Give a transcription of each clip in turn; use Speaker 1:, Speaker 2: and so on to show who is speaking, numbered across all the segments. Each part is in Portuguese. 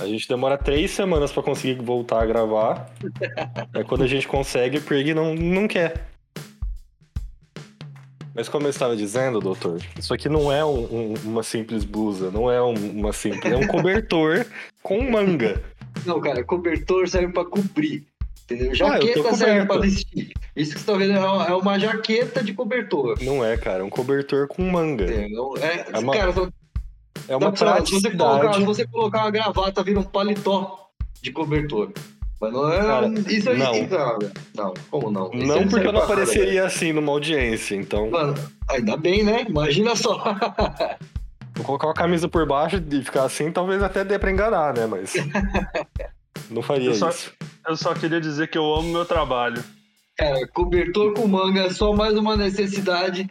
Speaker 1: A gente demora três semanas pra conseguir voltar a gravar. é quando a gente consegue, o Prig não, não quer. Mas como eu estava dizendo, doutor, isso aqui não é um- um- uma simples blusa, não é um- uma simples. É um cobertor com manga.
Speaker 2: Não, cara, cobertor serve pra cobrir. Entendeu?
Speaker 1: Ah, eu tô
Speaker 2: Jaqueta serve
Speaker 1: coberto.
Speaker 2: pra vestir. Isso que você tá vendo é uma- é uma jaqueta de cobertor.
Speaker 1: Não é, cara, é um cobertor com manga.
Speaker 2: entendeu? É,
Speaker 1: É uma-
Speaker 2: cara, só
Speaker 1: É
Speaker 2: dá
Speaker 1: uma
Speaker 2: pra- se, você colocar, se
Speaker 1: praticidade.
Speaker 2: você colocar uma gravata, vira um paletó de cobertor. Mas não é.
Speaker 1: Cara,
Speaker 2: isso aí.
Speaker 1: não.
Speaker 2: Não, não, como não? Isso aí
Speaker 1: Não porque
Speaker 2: serve
Speaker 1: eu não
Speaker 2: pra nada,
Speaker 1: apareceria assim numa audiência, então.
Speaker 2: Mano, ainda bem, né? Imagina só.
Speaker 1: Vou colocar uma camisa por baixo e ficar assim, talvez até dê pra enganar, né? Mas. Não faria
Speaker 3: Eu só-
Speaker 1: isso.
Speaker 3: Eu só queria dizer que eu amo meu trabalho.
Speaker 2: Cara, cobertor com manga é só mais uma necessidade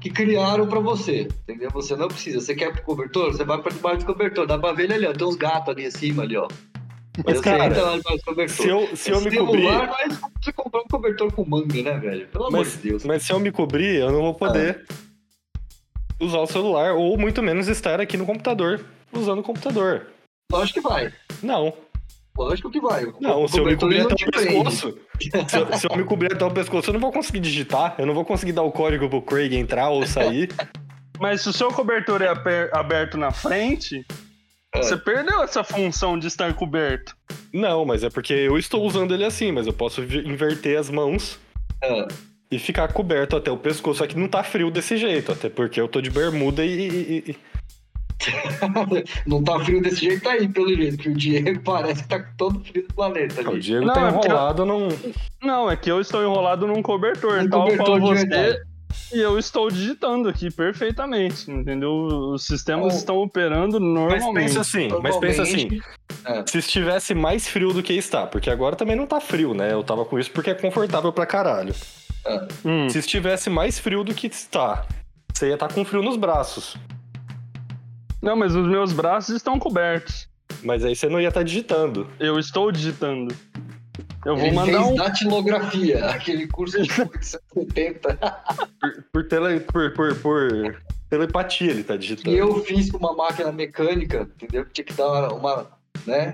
Speaker 2: que criaram pra você, entendeu? Você não precisa. Você quer cobertor? Você vai pra debaixo do cobertor. Dá pra ver ele ali, ó. Tem uns gatos ali em cima, ali, ó.
Speaker 1: Mas,
Speaker 2: você
Speaker 1: cara,
Speaker 2: entra tá lá debaixo do cobertor.
Speaker 1: Se eu, se eu me
Speaker 2: Esse celular,
Speaker 1: cobrir.
Speaker 2: mas como você comprar um cobertor com manga, né, velho? Pelo amor
Speaker 1: Mas,
Speaker 2: de Deus.
Speaker 1: mas se eu me cobrir, eu não vou poder usar o celular, ou muito menos estar aqui no computador, usando o computador.
Speaker 2: Lógico que vai.
Speaker 1: Não,
Speaker 2: Lógico que vai. O
Speaker 1: não, se eu me
Speaker 2: cobertor,
Speaker 1: cobrir
Speaker 2: ele
Speaker 1: até
Speaker 2: não
Speaker 1: o
Speaker 2: te
Speaker 1: tá
Speaker 2: prende.
Speaker 1: pescoço. Se eu, se eu me cobrir até o pescoço, eu não vou conseguir digitar, eu não vou conseguir dar o código pro Craig entrar ou sair.
Speaker 3: Mas se o seu cobertor é aper- aberto na frente,
Speaker 2: É.
Speaker 3: você perdeu essa função de estar coberto.
Speaker 1: Não, mas é porque eu estou usando ele assim, mas eu posso vi- inverter as mãos
Speaker 2: É.
Speaker 1: e ficar coberto até o pescoço. Só que não tá frio desse jeito, até porque eu tô de bermuda e- e- e- e
Speaker 2: Não tá frio desse jeito aí, pelo jeito, que o Diego parece que tá com todo o frio do planeta.
Speaker 1: Ah, O
Speaker 2: ali.
Speaker 1: Diego
Speaker 3: Não,
Speaker 1: tá
Speaker 3: é porque-
Speaker 1: enrolado num.
Speaker 3: Não, é que eu estou enrolado num
Speaker 1: é
Speaker 3: cobertor,
Speaker 2: Um
Speaker 3: tal
Speaker 2: cobertor
Speaker 3: qual
Speaker 2: de
Speaker 3: você.
Speaker 2: verdade.
Speaker 3: E eu estou digitando aqui perfeitamente, entendeu? Os sistemas
Speaker 2: Oh.
Speaker 3: estão operando
Speaker 1: Mas
Speaker 3: normalmente.
Speaker 1: pensa assim, mas pensa assim.
Speaker 2: Normalmente, é.
Speaker 1: Se estivesse mais frio do que está, porque agora também não tá frio, né? Eu tava com isso porque é confortável pra caralho.
Speaker 3: Hum.
Speaker 1: Se estivesse mais frio do que está, você ia estar com frio nos braços.
Speaker 3: Não, mas os meus braços estão cobertos.
Speaker 1: Mas aí você não ia estar digitando.
Speaker 3: Eu estou digitando. Eu vou
Speaker 2: Ele
Speaker 3: mandar
Speaker 2: fez
Speaker 3: um.
Speaker 2: datilografia, aquele curso de 70
Speaker 1: Por, tele, por, por, por telepatia ele tá digitando.
Speaker 2: que eu fiz com uma máquina mecânica, entendeu? Tinha que dar uma, né,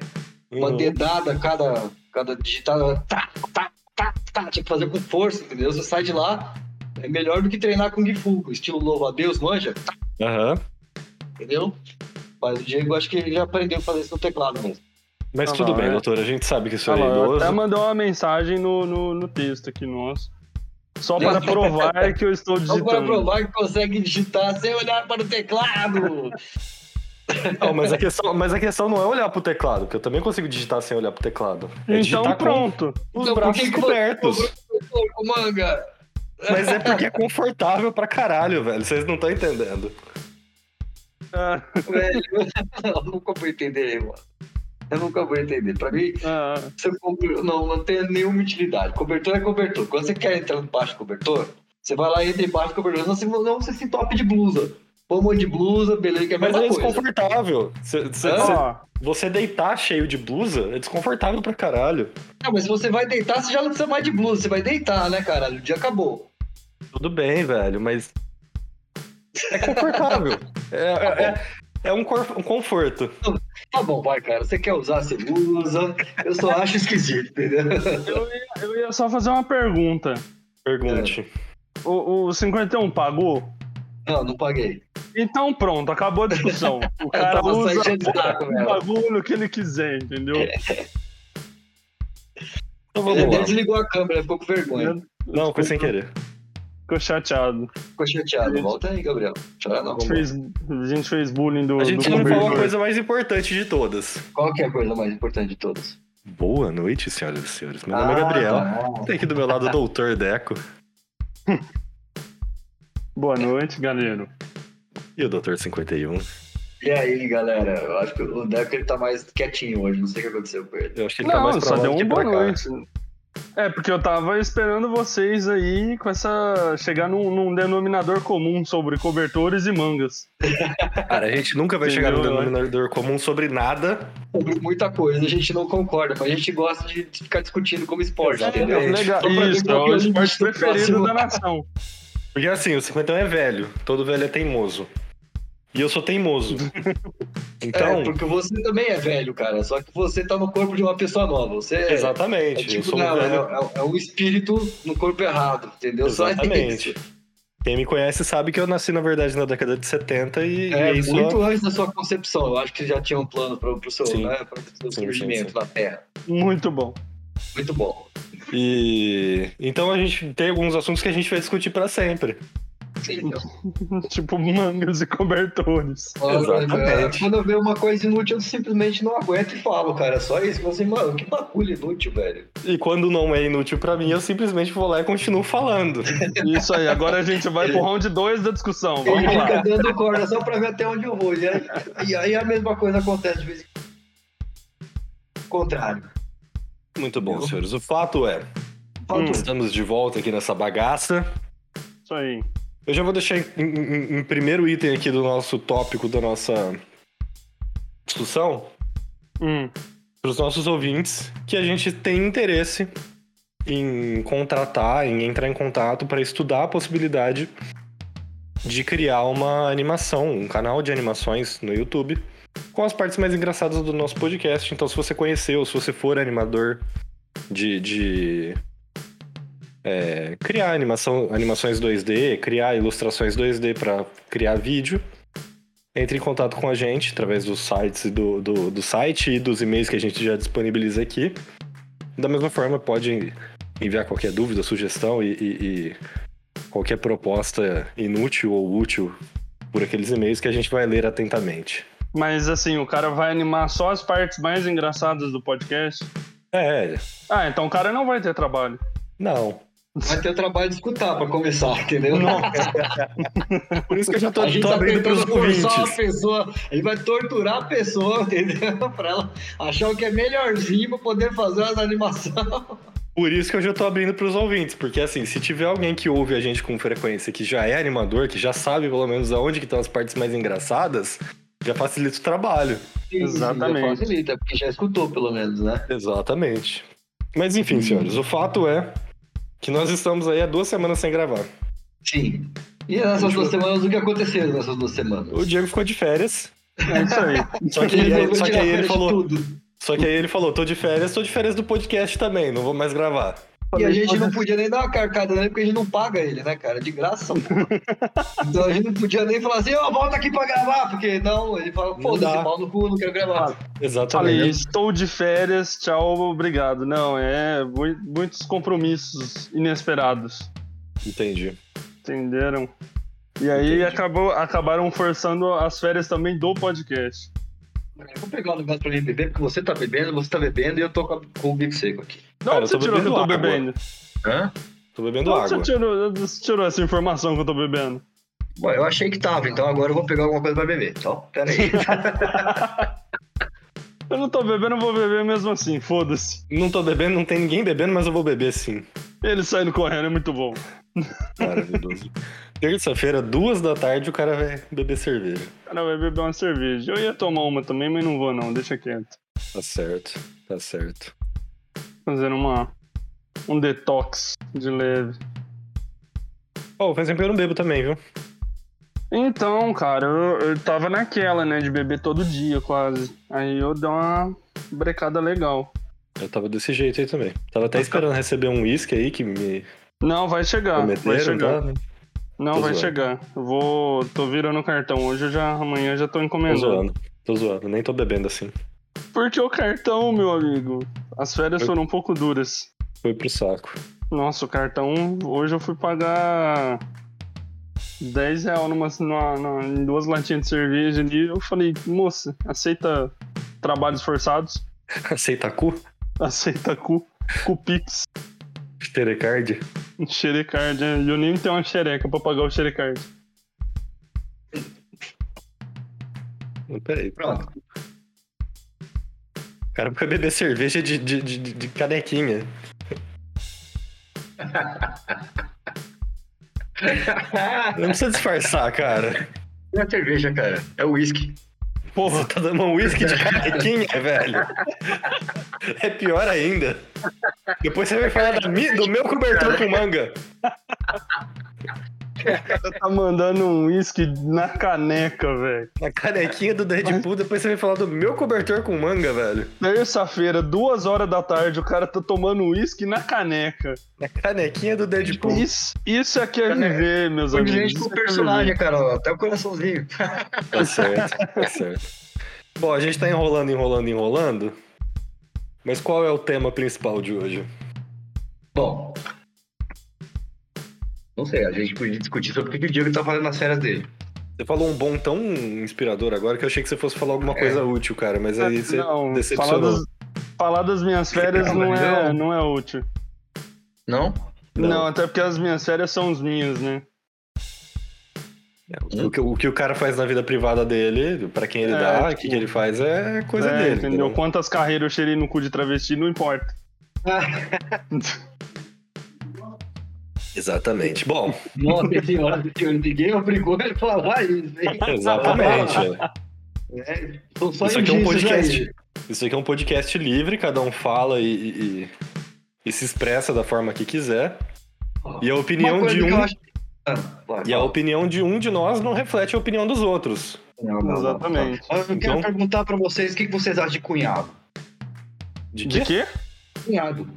Speaker 1: Uhum.
Speaker 2: uma dedada a cada, cada digitada. Tá, tá, tá, tá. Tinha que fazer com força, entendeu? Você sai de lá, é melhor do que treinar com Gifu, estilo louvo a Deus, manja, tá,
Speaker 1: Aham.
Speaker 2: entendeu? Mas o Diego acho que ele já aprendeu a fazer isso no teclado mesmo.
Speaker 1: Mas
Speaker 2: Tá
Speaker 3: Ah,
Speaker 1: tudo
Speaker 3: não,
Speaker 1: bem,
Speaker 3: é.
Speaker 1: doutor. A gente sabe que isso
Speaker 3: Ah
Speaker 1: é
Speaker 3: lá, eu
Speaker 1: idoso.
Speaker 3: até mandei uma mensagem no, no, no texto aqui, nosso. Só para
Speaker 2: Não.
Speaker 3: provar que eu estou
Speaker 2: Só para
Speaker 3: digitando.
Speaker 2: Então, provar que consegue digitar sem olhar para o teclado.
Speaker 1: Não, mas a, questão, mas a questão não é olhar pro teclado, porque eu também consigo digitar sem olhar pro teclado. É
Speaker 3: Então
Speaker 1: digitar com
Speaker 3: pronto.
Speaker 1: os
Speaker 2: Então, por
Speaker 1: braços
Speaker 2: que que você
Speaker 1: cobertos.
Speaker 2: Ô, manga.
Speaker 1: Mas é porque é confortável pra caralho, velho. Vocês não estão entendendo.
Speaker 3: Ah,
Speaker 2: Velho, eu nunca vou entender, mano. Eu nunca vou entender. Pra mim,
Speaker 3: ah,
Speaker 2: Você compra- Não, não tem nenhuma utilidade. Cobertor é cobertor. Quando você quer entrar embaixo do cobertor, você vai lá e entra embaixo do cobertor. Senão você, não, você se top de blusa. Põe um monte de blusa, beleza, que é a
Speaker 1: Mas
Speaker 2: mesma
Speaker 1: é
Speaker 2: coisa.
Speaker 1: desconfortável. Cê- cê-
Speaker 2: Ah.
Speaker 1: cê-
Speaker 3: ó,
Speaker 1: você deitar cheio de blusa é desconfortável pra caralho.
Speaker 2: Não, mas se você vai deitar, você já não precisa mais de blusa. Você vai deitar, né, caralho? O dia acabou.
Speaker 1: Tudo bem, velho, mas. É confortável. é, é- é- é um, cor- um conforto.
Speaker 2: Tá bom, vai, cara. Você quer usar, você usa. Eu só acho esquisito, entendeu?
Speaker 3: eu, ia, eu ia só fazer uma pergunta.
Speaker 1: Pergunte.
Speaker 3: O, o 51 pagou?
Speaker 2: Não, não paguei.
Speaker 3: Então pronto, acabou a discussão. O
Speaker 2: Eu
Speaker 3: cara
Speaker 2: tava só
Speaker 3: usa
Speaker 2: enchendo o saco,
Speaker 3: o
Speaker 2: velho.
Speaker 3: bagulho que ele quiser, entendeu?
Speaker 1: É, Então
Speaker 2: Ele
Speaker 1: vamos
Speaker 2: até
Speaker 1: lá.
Speaker 2: desligou a câmera, ficou com vergonha.
Speaker 1: Não, foi sem querer.
Speaker 3: Ficou chateado.
Speaker 2: Ficou chateado. Volta aí, Gabriel. Chora
Speaker 3: A
Speaker 2: não.
Speaker 3: gente, fez, a gente fez bullying do,
Speaker 1: Tá A gente
Speaker 3: do
Speaker 1: não falou a
Speaker 3: cobertor.
Speaker 1: coisa mais importante de todas.
Speaker 2: Qual que é a coisa mais importante de todas? Ah,
Speaker 1: Boa noite, senhoras e senhores. Meu nome é Gabriel.
Speaker 2: tá.
Speaker 1: Tem aqui do meu lado o Doutor Deco.
Speaker 3: Boa noite, galera.
Speaker 1: E um. o Doutor 51.
Speaker 2: E aí, galera? Eu acho que o Deco ele tá mais quietinho hoje, não sei o que aconteceu com ele.
Speaker 1: Eu acho que ele tá mais
Speaker 3: Não,
Speaker 1: pra
Speaker 3: só
Speaker 1: lá
Speaker 3: deu
Speaker 1: do que
Speaker 3: um
Speaker 1: pra
Speaker 3: boa
Speaker 1: cá.
Speaker 3: noite. É, porque eu tava esperando vocês aí com essa. chegar num, num denominador comum sobre cobertores e mangas.
Speaker 1: Cara, a gente nunca vai chegar no
Speaker 3: Entendeu, né?
Speaker 1: denominador comum sobre nada.
Speaker 2: Sobre muita coisa, a gente não concorda, mas a gente gosta de ficar discutindo como esporte,
Speaker 1: Exatamente.
Speaker 2: entendeu?
Speaker 3: Legal.
Speaker 2: Só pra ver
Speaker 3: Isso, é
Speaker 2: qual que
Speaker 3: o
Speaker 2: é o
Speaker 3: esporte
Speaker 2: limite do
Speaker 1: assim, né?
Speaker 3: preferido
Speaker 2: próximo.
Speaker 3: da nação.
Speaker 1: Porque assim, o 51 é velho. Todo velho é teimoso. E eu sou teimoso. Então,
Speaker 2: É, porque você também é velho, cara. Só que você tá no corpo de uma pessoa nova. Você é, é
Speaker 1: exatamente. eu
Speaker 2: tipo,
Speaker 1: sou um
Speaker 2: não, é,
Speaker 1: velho.
Speaker 2: é, é um espírito no corpo errado, entendeu?
Speaker 1: Exatamente.
Speaker 2: Só isso.
Speaker 1: Quem me conhece sabe que eu nasci, na verdade, na década de 70 e,
Speaker 2: É,
Speaker 1: e isso.
Speaker 2: muito antes da sua concepção. Eu acho que já tinha um plano pro, pro seu,
Speaker 1: Sim.
Speaker 2: né, pro seu
Speaker 1: Sim,
Speaker 2: surgimento
Speaker 1: sim,
Speaker 2: na Terra.
Speaker 3: Muito bom.
Speaker 2: Muito bom.
Speaker 1: E então a gente tem alguns assuntos que a gente vai discutir pra sempre.
Speaker 2: Sim, então.
Speaker 3: tipo mangas e cobertores.
Speaker 1: Exatamente.
Speaker 2: Quando eu vejo uma coisa inútil, eu simplesmente não aguento e falo, cara. Só isso. Você, mano, que bagulho inútil, velho.
Speaker 1: E quando não é inútil pra mim, eu simplesmente vou lá e continuo falando.
Speaker 3: Isso aí, agora a gente vai pro round 2 da discussão.
Speaker 2: Ele
Speaker 3: Vamos
Speaker 2: fica
Speaker 3: lá.
Speaker 2: dando corda só pra ver até onde eu vou. E aí, e aí a mesma coisa acontece de vez em quando. Contrário.
Speaker 1: Muito bom, senhores. O fato é,
Speaker 2: Fala
Speaker 3: Hum.
Speaker 2: tudo.
Speaker 1: estamos de volta aqui nessa bagaça.
Speaker 3: Isso aí.
Speaker 1: Eu já vou deixar em, em- em- em primeiro item aqui do nosso tópico, da nossa discussão,
Speaker 3: Hum.
Speaker 1: para os nossos ouvintes, que a gente tem interesse em contratar, em entrar em contato para estudar a possibilidade de criar uma animação, um canal de animações no YouTube, com as partes mais engraçadas do nosso podcast. Então, se você conheceu, se você for animador de. de, é, criar animação, animações 2D, criar ilustrações 2D para criar vídeo. Entre em contato com a gente através dos sites e do, do, do site e dos e-mails que a gente já disponibiliza aqui. Da mesma forma, pode enviar qualquer dúvida, sugestão e, e- e qualquer proposta inútil ou útil por aqueles e-mails que a gente vai ler atentamente.
Speaker 3: Mas assim, o cara vai animar só as partes mais engraçadas do podcast.
Speaker 1: É,
Speaker 3: Ah, então o cara não vai ter trabalho.
Speaker 1: não.
Speaker 2: Vai ter trabalho de escutar pra começar, entendeu?
Speaker 1: Por isso que eu já tô,
Speaker 2: a gente
Speaker 1: tô
Speaker 2: tá
Speaker 1: abrindo pros
Speaker 2: tentando forçar a
Speaker 1: ouvintes.
Speaker 2: pessoa. Ele vai torturar a pessoa, entendeu? pra ela achar o que é melhorzinho pra poder fazer as animações.
Speaker 1: Por isso que eu já tô abrindo pros ouvintes, porque assim, se tiver alguém que ouve a gente com frequência que já é animador, que já sabe pelo menos aonde que estão as partes mais engraçadas, já facilita o trabalho.
Speaker 3: Exatamente.
Speaker 2: Já Facilita, porque já escutou, pelo menos, né?
Speaker 1: Exatamente. Hum. Mas enfim, senhores, o fato é que nós estamos aí há duas semanas sem gravar.
Speaker 2: Sim. E nessas
Speaker 1: Deixa eu-
Speaker 2: duas semanas, o que aconteceu nessas duas semanas?
Speaker 1: O Diego ficou de férias,
Speaker 3: É isso aí.
Speaker 1: só que,
Speaker 2: Ele
Speaker 1: aí,
Speaker 2: resolveu
Speaker 1: só que
Speaker 2: tirar
Speaker 1: aí
Speaker 2: férias
Speaker 1: ele
Speaker 2: de
Speaker 1: falou,
Speaker 2: tudo.
Speaker 1: só que aí ele falou, tô de férias, tô de férias do podcast também, não vou mais gravar.
Speaker 2: E a gente não podia nem dar uma carcada nele, porque a gente não paga ele, né, cara? De graça, pô. Então a gente não podia nem falar assim, ó, volta aqui pra gravar, porque não, ele fala,
Speaker 1: Não
Speaker 2: foda-se,
Speaker 1: dá.
Speaker 2: pau no cu, não quero gravar.
Speaker 1: Exatamente.
Speaker 3: Falei, estou de férias, tchau, obrigado. Não, é mui- muitos compromissos inesperados,
Speaker 1: Entendi.
Speaker 3: entenderam? E aí
Speaker 1: Entendi.
Speaker 3: acabou, acabaram forçando as férias também do podcast.
Speaker 2: Eu vou pegar um negócio pra mim beber, porque você tá bebendo, você tá bebendo e eu tô com, a- com o bico seco aqui.
Speaker 3: Não,
Speaker 1: Cara, eu
Speaker 3: você
Speaker 1: tô
Speaker 3: tirou que eu tô
Speaker 1: bebendo água.
Speaker 3: bebendo.
Speaker 2: Hã?
Speaker 1: Tô bebendo
Speaker 3: Não, você
Speaker 1: água.
Speaker 3: tirou, você tirou essa informação que eu tô bebendo.
Speaker 2: Bom, eu achei que tava, então agora eu vou pegar alguma coisa pra beber. Então, pera aí.
Speaker 3: Eu não tô bebendo, eu vou beber mesmo assim, foda-se.
Speaker 1: Não tô bebendo, não tem ninguém bebendo, mas eu vou beber sim.
Speaker 3: Ele saindo correndo é muito bom.
Speaker 1: Maravilhoso. Terça-feira, duas da tarde, o cara vai beber cerveja.
Speaker 3: Cara, vai beber uma cerveja. Eu ia tomar uma também, mas não vou não, deixa quieto.
Speaker 1: Tá certo, tá certo.
Speaker 3: Fazendo uma um detox de leve.
Speaker 1: Ó, faz tempo que eu não bebo também, viu?
Speaker 3: Então, cara, eu, eu tava naquela, né, de beber todo dia quase. Aí eu dei uma brecada legal.
Speaker 1: Eu tava desse jeito aí também. Tava até esperando receber um uísque aí que me
Speaker 3: Não, vai
Speaker 1: Ah,
Speaker 3: chegar, vai
Speaker 1: prometeram,
Speaker 3: chegar.
Speaker 1: tá?
Speaker 3: Não,
Speaker 1: Tô
Speaker 3: vai
Speaker 1: zoando.
Speaker 3: chegar. Eu vou, tô virando o cartão hoje, eu já amanhã eu já tô
Speaker 1: Tô
Speaker 3: encomendando.
Speaker 1: zoando, tô zoando, nem tô bebendo assim.
Speaker 3: Porque o cartão, meu amigo, as férias
Speaker 1: Eu-
Speaker 3: foram um pouco duras.
Speaker 1: Foi pro saco.
Speaker 3: Nossa, o cartão. Hoje eu fui pagar 10 reais numa, numa- numa- em duas latinhas de cerveja ali. Eu falei, moça, aceita trabalhos forçados,
Speaker 1: Aceita cu?
Speaker 3: aceita cu, cupix,
Speaker 1: Terecard?
Speaker 3: xerecard. né? E eu nem tenho uma xereca pra pagar o xerecard.
Speaker 1: Peraí.
Speaker 2: Pronto.
Speaker 1: O cara foi beber cerveja de, de, de, de- de canequinha. Não precisa disfarçar, cara.
Speaker 2: Não é cerveja, cara. É uísque.
Speaker 1: Porra, tá dando um uísque de canequinha, velho. É pior ainda. Depois você vai falar da mi- do meu cobertor com manga.
Speaker 3: cara tá mandando um uísque na caneca, velho.
Speaker 1: A canequinha do Deadpool, depois você vai falar do meu cobertor com manga, velho.
Speaker 3: Terça-feira, duas horas da tarde, o cara tá tomando uísque na caneca.
Speaker 1: A canequinha do Deadpool.
Speaker 3: Isso, isso é que é
Speaker 2: Caneca.
Speaker 3: viver, meus
Speaker 2: Foi
Speaker 3: amigos.
Speaker 2: gente com
Speaker 3: isso é
Speaker 2: o
Speaker 3: que é
Speaker 2: personagem, Carol. Até o coraçãozinho.
Speaker 1: Tá certo, tá certo. Bom, a gente tá enrolando, enrolando, enrolando. Mas qual é o tema principal de hoje?
Speaker 2: Bom. Não sei, a gente podia discutir sobre o que o Diego tá fazendo nas férias dele.
Speaker 1: Você falou um bom tão inspirador agora que eu achei que você fosse falar alguma coisa útil, cara. Mas aí você
Speaker 3: não, falar
Speaker 1: é decepcionou.
Speaker 3: das, falar das minhas férias
Speaker 2: Não,
Speaker 3: não
Speaker 2: mas
Speaker 3: é,
Speaker 2: não.
Speaker 3: não é útil.
Speaker 2: Não?
Speaker 1: Não.
Speaker 3: Não. até porque as minhas férias são as minhas, né?
Speaker 1: O que, o que o cara faz na vida privada dele, pra quem ele
Speaker 3: É,
Speaker 1: dá, o
Speaker 3: tipo,
Speaker 1: que, que ele faz é coisa
Speaker 3: É,
Speaker 1: dele.
Speaker 3: entendeu?
Speaker 1: entendeu?
Speaker 3: Quantas carreiras eu cheirei no cu de travesti, não importa.
Speaker 1: Exatamente. Bom,
Speaker 2: Nossa senhora, senhor, ninguém obrigou ele a falar isso, hein?
Speaker 1: exatamente. é.
Speaker 2: É, são só
Speaker 1: Isso aqui é um
Speaker 2: indícios
Speaker 1: podcast.
Speaker 2: aí.
Speaker 1: Isso aqui é um podcast livre, cada um fala e, e- e- e se expressa da forma que quiser. E a opinião
Speaker 2: Uma coisa
Speaker 1: de
Speaker 2: que eu
Speaker 1: um.
Speaker 2: acho- Ah, vai,
Speaker 3: é
Speaker 1: E a
Speaker 2: fala.
Speaker 1: opinião de um de nós não reflete a opinião dos outros.
Speaker 2: Não, não, não.
Speaker 3: Exatamente.
Speaker 2: Eu quero
Speaker 1: Então-
Speaker 2: perguntar pra vocês o que que vocês acham de cunhado.
Speaker 1: De
Speaker 3: De
Speaker 1: que?
Speaker 3: quê?
Speaker 2: Cunhado.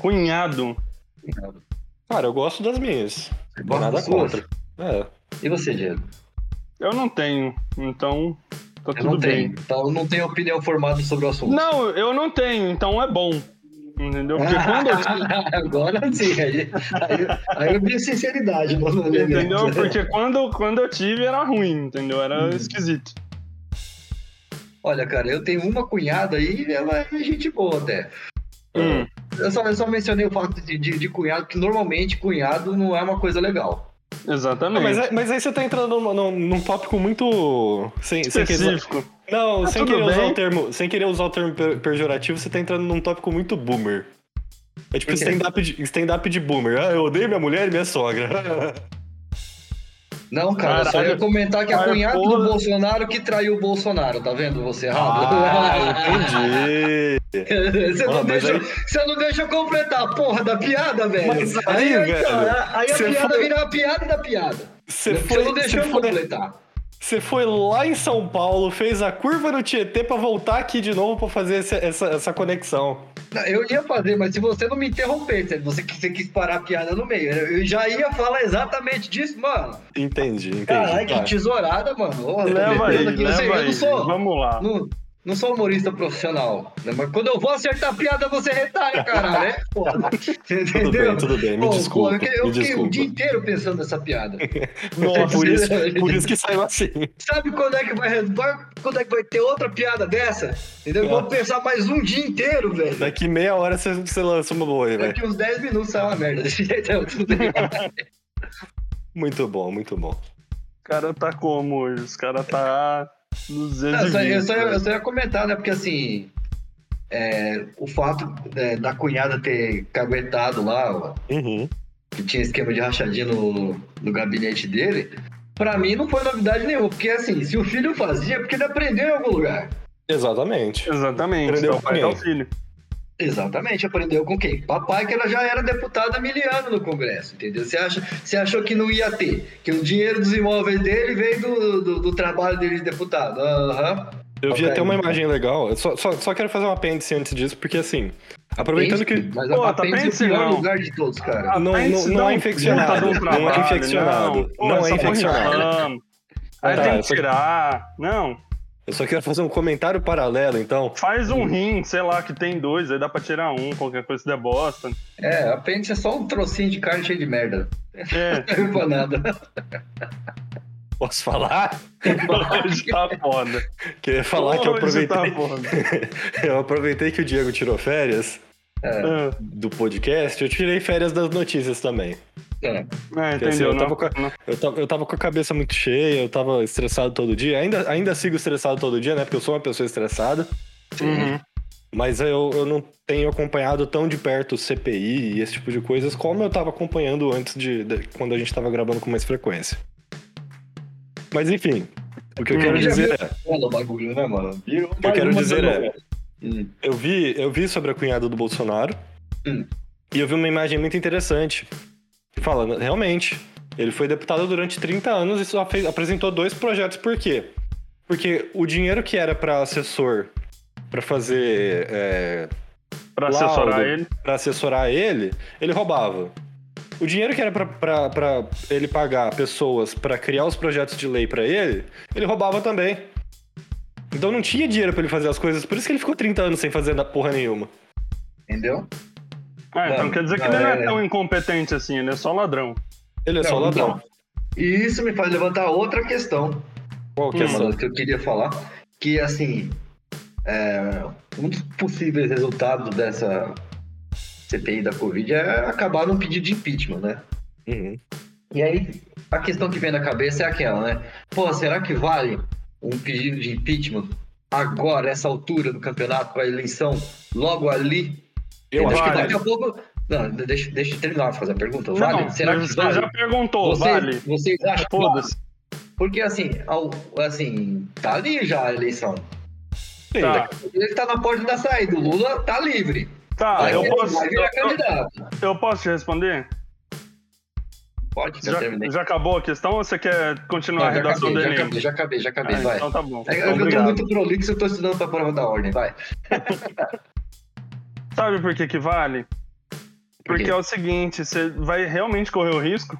Speaker 3: Cunhado.
Speaker 2: Cunhado.
Speaker 1: Cara, eu gosto das minhas.
Speaker 2: Gosta
Speaker 1: nada
Speaker 2: das suas?
Speaker 1: contra. É.
Speaker 2: E você, Diego?
Speaker 3: Eu não tenho, então tá
Speaker 2: Eu
Speaker 3: tudo
Speaker 2: não
Speaker 3: bem.
Speaker 2: tenho. Então eu não tenho opinião formada sobre o assunto.
Speaker 3: Não, eu não tenho, então é bom. Entendeu? Porque quando eu tive,
Speaker 2: Agora sim, aí, aí, aí eu vi a sinceridade. no elemento.
Speaker 3: entendeu? Porque quando, quando eu tive era ruim, entendeu? Era
Speaker 1: Uhum.
Speaker 2: Hum.
Speaker 3: esquisito.
Speaker 2: Olha, cara, eu tenho uma cunhada aí e ela é gente boa até.
Speaker 1: É.
Speaker 3: Hum,
Speaker 2: Eu só, eu só mencionei o fato de, de, de cunhado, que normalmente cunhado não é uma coisa legal.
Speaker 1: Não,
Speaker 3: exatamente.
Speaker 1: mas, é- mas aí você tá entrando num, num- num tópico muito. Sem, sem que-
Speaker 3: Específico.
Speaker 1: Não,
Speaker 3: Tá
Speaker 1: sem,
Speaker 3: tudo
Speaker 1: querer usar
Speaker 3: bem.
Speaker 1: o termo, sem querer usar o termo per- pejorativo, você tá entrando num tópico muito boomer. É tipo
Speaker 2: Por quê?
Speaker 1: stand-up de, stand de boomer. Ah, eu odeio minha mulher e minha sogra.
Speaker 2: Não, cara, eu só
Speaker 3: Caralho.
Speaker 2: ia comentar que a
Speaker 3: Caralho,
Speaker 2: cunhada do
Speaker 3: porra.
Speaker 2: Bolsonaro que traiu o Bolsonaro, tá vendo você errado?
Speaker 1: Ah,
Speaker 2: Ah,
Speaker 1: entendi.
Speaker 2: Você não,
Speaker 1: Ah, mas
Speaker 2: deixa,
Speaker 1: aí-
Speaker 2: você não deixa eu completar a porra da piada, velho.
Speaker 1: Mas aí,
Speaker 2: então,
Speaker 1: velho,
Speaker 2: aí a
Speaker 1: você
Speaker 2: piada
Speaker 1: foi-
Speaker 2: vira a piada da piada.
Speaker 1: Você
Speaker 2: você
Speaker 1: foi,
Speaker 2: não deixou
Speaker 1: você,
Speaker 2: eu
Speaker 1: foi,
Speaker 2: completar.
Speaker 1: você foi lá em São Paulo, fez a curva no Tietê pra voltar aqui de novo pra fazer essa, essa, essa conexão.
Speaker 2: Não, Eu ia fazer, mas se você não me interrompesse, você, quis- você quis parar a piada no meio. Eu já ia falar exatamente disso, mano.
Speaker 1: Entendi, entendi.
Speaker 2: Caralho,
Speaker 1: tá.
Speaker 2: que tesourada, mano. Ô,
Speaker 1: É,
Speaker 3: Leva aí,
Speaker 2: beleza que você-
Speaker 3: leva
Speaker 2: eu não
Speaker 3: aí.
Speaker 2: sou,
Speaker 3: Vamos lá.
Speaker 2: não, não sou humorista profissional. né? Mas quando eu vou acertar a piada, você retalha, caralho. É foda.
Speaker 1: Tudo bem, tudo bem, me
Speaker 2: Pô,
Speaker 1: desculpa.
Speaker 2: pô, eu fiquei- eu
Speaker 1: me
Speaker 2: fiquei o
Speaker 1: desculpa.
Speaker 2: dia inteiro pensando nessa piada.
Speaker 1: É por isso,
Speaker 2: Nossa.
Speaker 1: por isso que saiu assim.
Speaker 2: Sabe quando é que vai, vai- quando é que vai ter outra piada dessa? Entendeu? Eu
Speaker 1: É.
Speaker 2: vou pensar mais um dia inteiro, velho.
Speaker 1: Daqui meia hora você, você lança uma boa aí, velho.
Speaker 2: Daqui uns 10 minutos sai uma merda desse jeito. é tudo bem.
Speaker 1: Muito bom, muito bom.
Speaker 3: O cara tá como hoje? Os cara tá
Speaker 2: Não, Eu só,
Speaker 3: 220.
Speaker 2: eu, só, eu só ia comentar, né? Porque assim, é, o fato né, da cunhada ter caguetado lá, ó,
Speaker 1: Uhum.
Speaker 2: que tinha esquema de rachadinha no, no gabinete dele, pra mim não foi novidade nenhuma. Porque assim, se o filho fazia, é porque ele aprendeu em algum lugar.
Speaker 1: Exatamente.
Speaker 3: Exatamente.
Speaker 1: Entendeu?
Speaker 3: Então, pai, dá o filho.
Speaker 2: Exatamente, aprendeu com quem? Papai, que ela já era deputada miliano no Congresso, entendeu? Você, acha, você achou que não ia ter, que o dinheiro dos imóveis dele veio do, do, do trabalho dele de deputado. Aham.
Speaker 1: Eu vi
Speaker 2: Ok.
Speaker 1: até uma imagem legal. Eu só, só, só quero fazer um apêndice antes disso, porque assim, aproveitando que.
Speaker 2: Mas
Speaker 3: Pô,
Speaker 2: a
Speaker 3: tá
Speaker 2: Pence é o pior
Speaker 3: pensando.
Speaker 2: lugar de todos, cara.
Speaker 1: Não- não-
Speaker 3: Apêndice
Speaker 1: não é
Speaker 3: dá um
Speaker 1: infeccionado,
Speaker 3: puta de um
Speaker 1: não é
Speaker 3: trabalho,
Speaker 1: infeccionado,
Speaker 3: Pô,
Speaker 1: não é
Speaker 3: essa porra
Speaker 1: infeccionado.
Speaker 3: inflama. Aí
Speaker 1: Tá,
Speaker 3: tem
Speaker 1: essa-
Speaker 3: que tirar. Não,
Speaker 1: Eu só quero fazer um comentário paralelo, então.
Speaker 3: faz um rim, sei lá, que tem dois, aí dá pra tirar um, qualquer coisa se der bosta.
Speaker 2: É, a Pence é só um trocinho de carne cheio de merda.
Speaker 3: É,
Speaker 2: Não serve pra nada.
Speaker 1: Posso falar?
Speaker 3: hoje tá foda.
Speaker 1: Queria falar que eu
Speaker 3: Hoje
Speaker 1: aproveitei.
Speaker 3: tá foda.
Speaker 1: eu aproveitei que o Diego tirou férias
Speaker 3: É,
Speaker 1: do podcast, eu tirei férias das notícias também.
Speaker 2: É.
Speaker 3: É,
Speaker 1: Porque, assim, eu
Speaker 3: entendeu? Não,
Speaker 1: tava
Speaker 3: não.
Speaker 1: Eu tava, eu tava com a cabeça muito cheia, eu tava estressado todo dia. Ainda, ainda sigo estressado todo dia, né? Porque eu sou uma pessoa estressada.
Speaker 3: Uhum.
Speaker 1: Mas eu, eu não tenho acompanhado tão de perto CPI e esse tipo de coisas como eu tava acompanhando antes de, de- quando a gente tava gravando com mais frequência. Mas enfim, o que eu
Speaker 3: Hum.
Speaker 1: quero
Speaker 2: Já
Speaker 1: dizer é,
Speaker 2: Olha o bagulho, né, mano? Virou
Speaker 1: que eu
Speaker 2: mais
Speaker 1: quero
Speaker 2: uma
Speaker 1: dizer
Speaker 2: coisa
Speaker 1: é-
Speaker 2: nova. Hum.
Speaker 1: eu vi, eu vi sobre a cunhada do Bolsonaro
Speaker 2: Hum.
Speaker 1: e eu vi uma imagem muito interessante. Falando, realmente, Ele foi deputado durante 30 anos e só fez- apresentou dois projetos. Por quê? Porque o dinheiro que era para assessor, para fazer é,
Speaker 3: Pra
Speaker 1: Laudo.
Speaker 3: assessorar ele.
Speaker 1: Pra assessorar ele, ele roubava. O dinheiro que era pra- pra pra ele pagar pessoas pra criar os projetos de lei pra ele, ele roubava também. Então não tinha dinheiro pra ele fazer as coisas, por isso que ele ficou 30 anos sem fazer na- porra nenhuma.
Speaker 2: Entendeu?
Speaker 3: Ah, então
Speaker 2: Não,
Speaker 3: quer dizer que
Speaker 2: não,
Speaker 3: ele não é,
Speaker 2: é-
Speaker 3: tão incompetente assim, ele é só ladrão.
Speaker 1: Ele é só
Speaker 2: Não,
Speaker 1: ladrão.
Speaker 2: então. E isso me faz levantar outra questão.
Speaker 1: Qual que é
Speaker 3: Hum.
Speaker 1: essa?
Speaker 2: Uma das que eu queria falar, que assim, é, um dos possíveis resultados dessa CPI da Covid é acabar num pedido de impeachment, né?
Speaker 1: Uhum.
Speaker 2: E aí, a questão que vem na cabeça é aquela, né? Pô, será que vale um pedido de impeachment agora, essa altura do campeonato, com a eleição logo ali?
Speaker 1: Eu acho que
Speaker 3: vale.
Speaker 2: daqui a pouco. Não, deixa, deixa eu terminar de fazer a pergunta.
Speaker 3: Não,
Speaker 2: Vale? será
Speaker 3: mas
Speaker 2: que
Speaker 3: você
Speaker 2: vale?
Speaker 3: já perguntou,
Speaker 2: Vocês-
Speaker 3: vale?
Speaker 2: Vocês acham que vale?
Speaker 3: Foda-se.
Speaker 2: Porque assim, ao- assim, tá ali já a eleição.
Speaker 1: Sim,
Speaker 3: Tá,
Speaker 2: Ele tá na porta da saída, o Lula tá livre.
Speaker 3: tá,
Speaker 2: Vai
Speaker 3: eu
Speaker 2: ser-
Speaker 3: posso,
Speaker 2: vai virar
Speaker 3: eu,
Speaker 2: candidato.
Speaker 3: eu posso te responder?
Speaker 2: Pode, já,
Speaker 3: Já,
Speaker 2: terminei.
Speaker 3: já acabou a questão ou você quer
Speaker 2: Não,
Speaker 3: continuar a
Speaker 2: já,
Speaker 3: redação
Speaker 2: acabei, já
Speaker 3: do Enem?
Speaker 2: acabei, já acabei, já acabei,
Speaker 3: Ah,
Speaker 2: vai.
Speaker 3: então tá bom.
Speaker 2: É que eu tô
Speaker 3: Obrigado.
Speaker 2: muito prolixo, eu tô estudando pra prova da ordem, vai.
Speaker 3: Sabe por que que vale?
Speaker 2: Por quê?
Speaker 3: Porque é o seguinte, você vai realmente correr o risco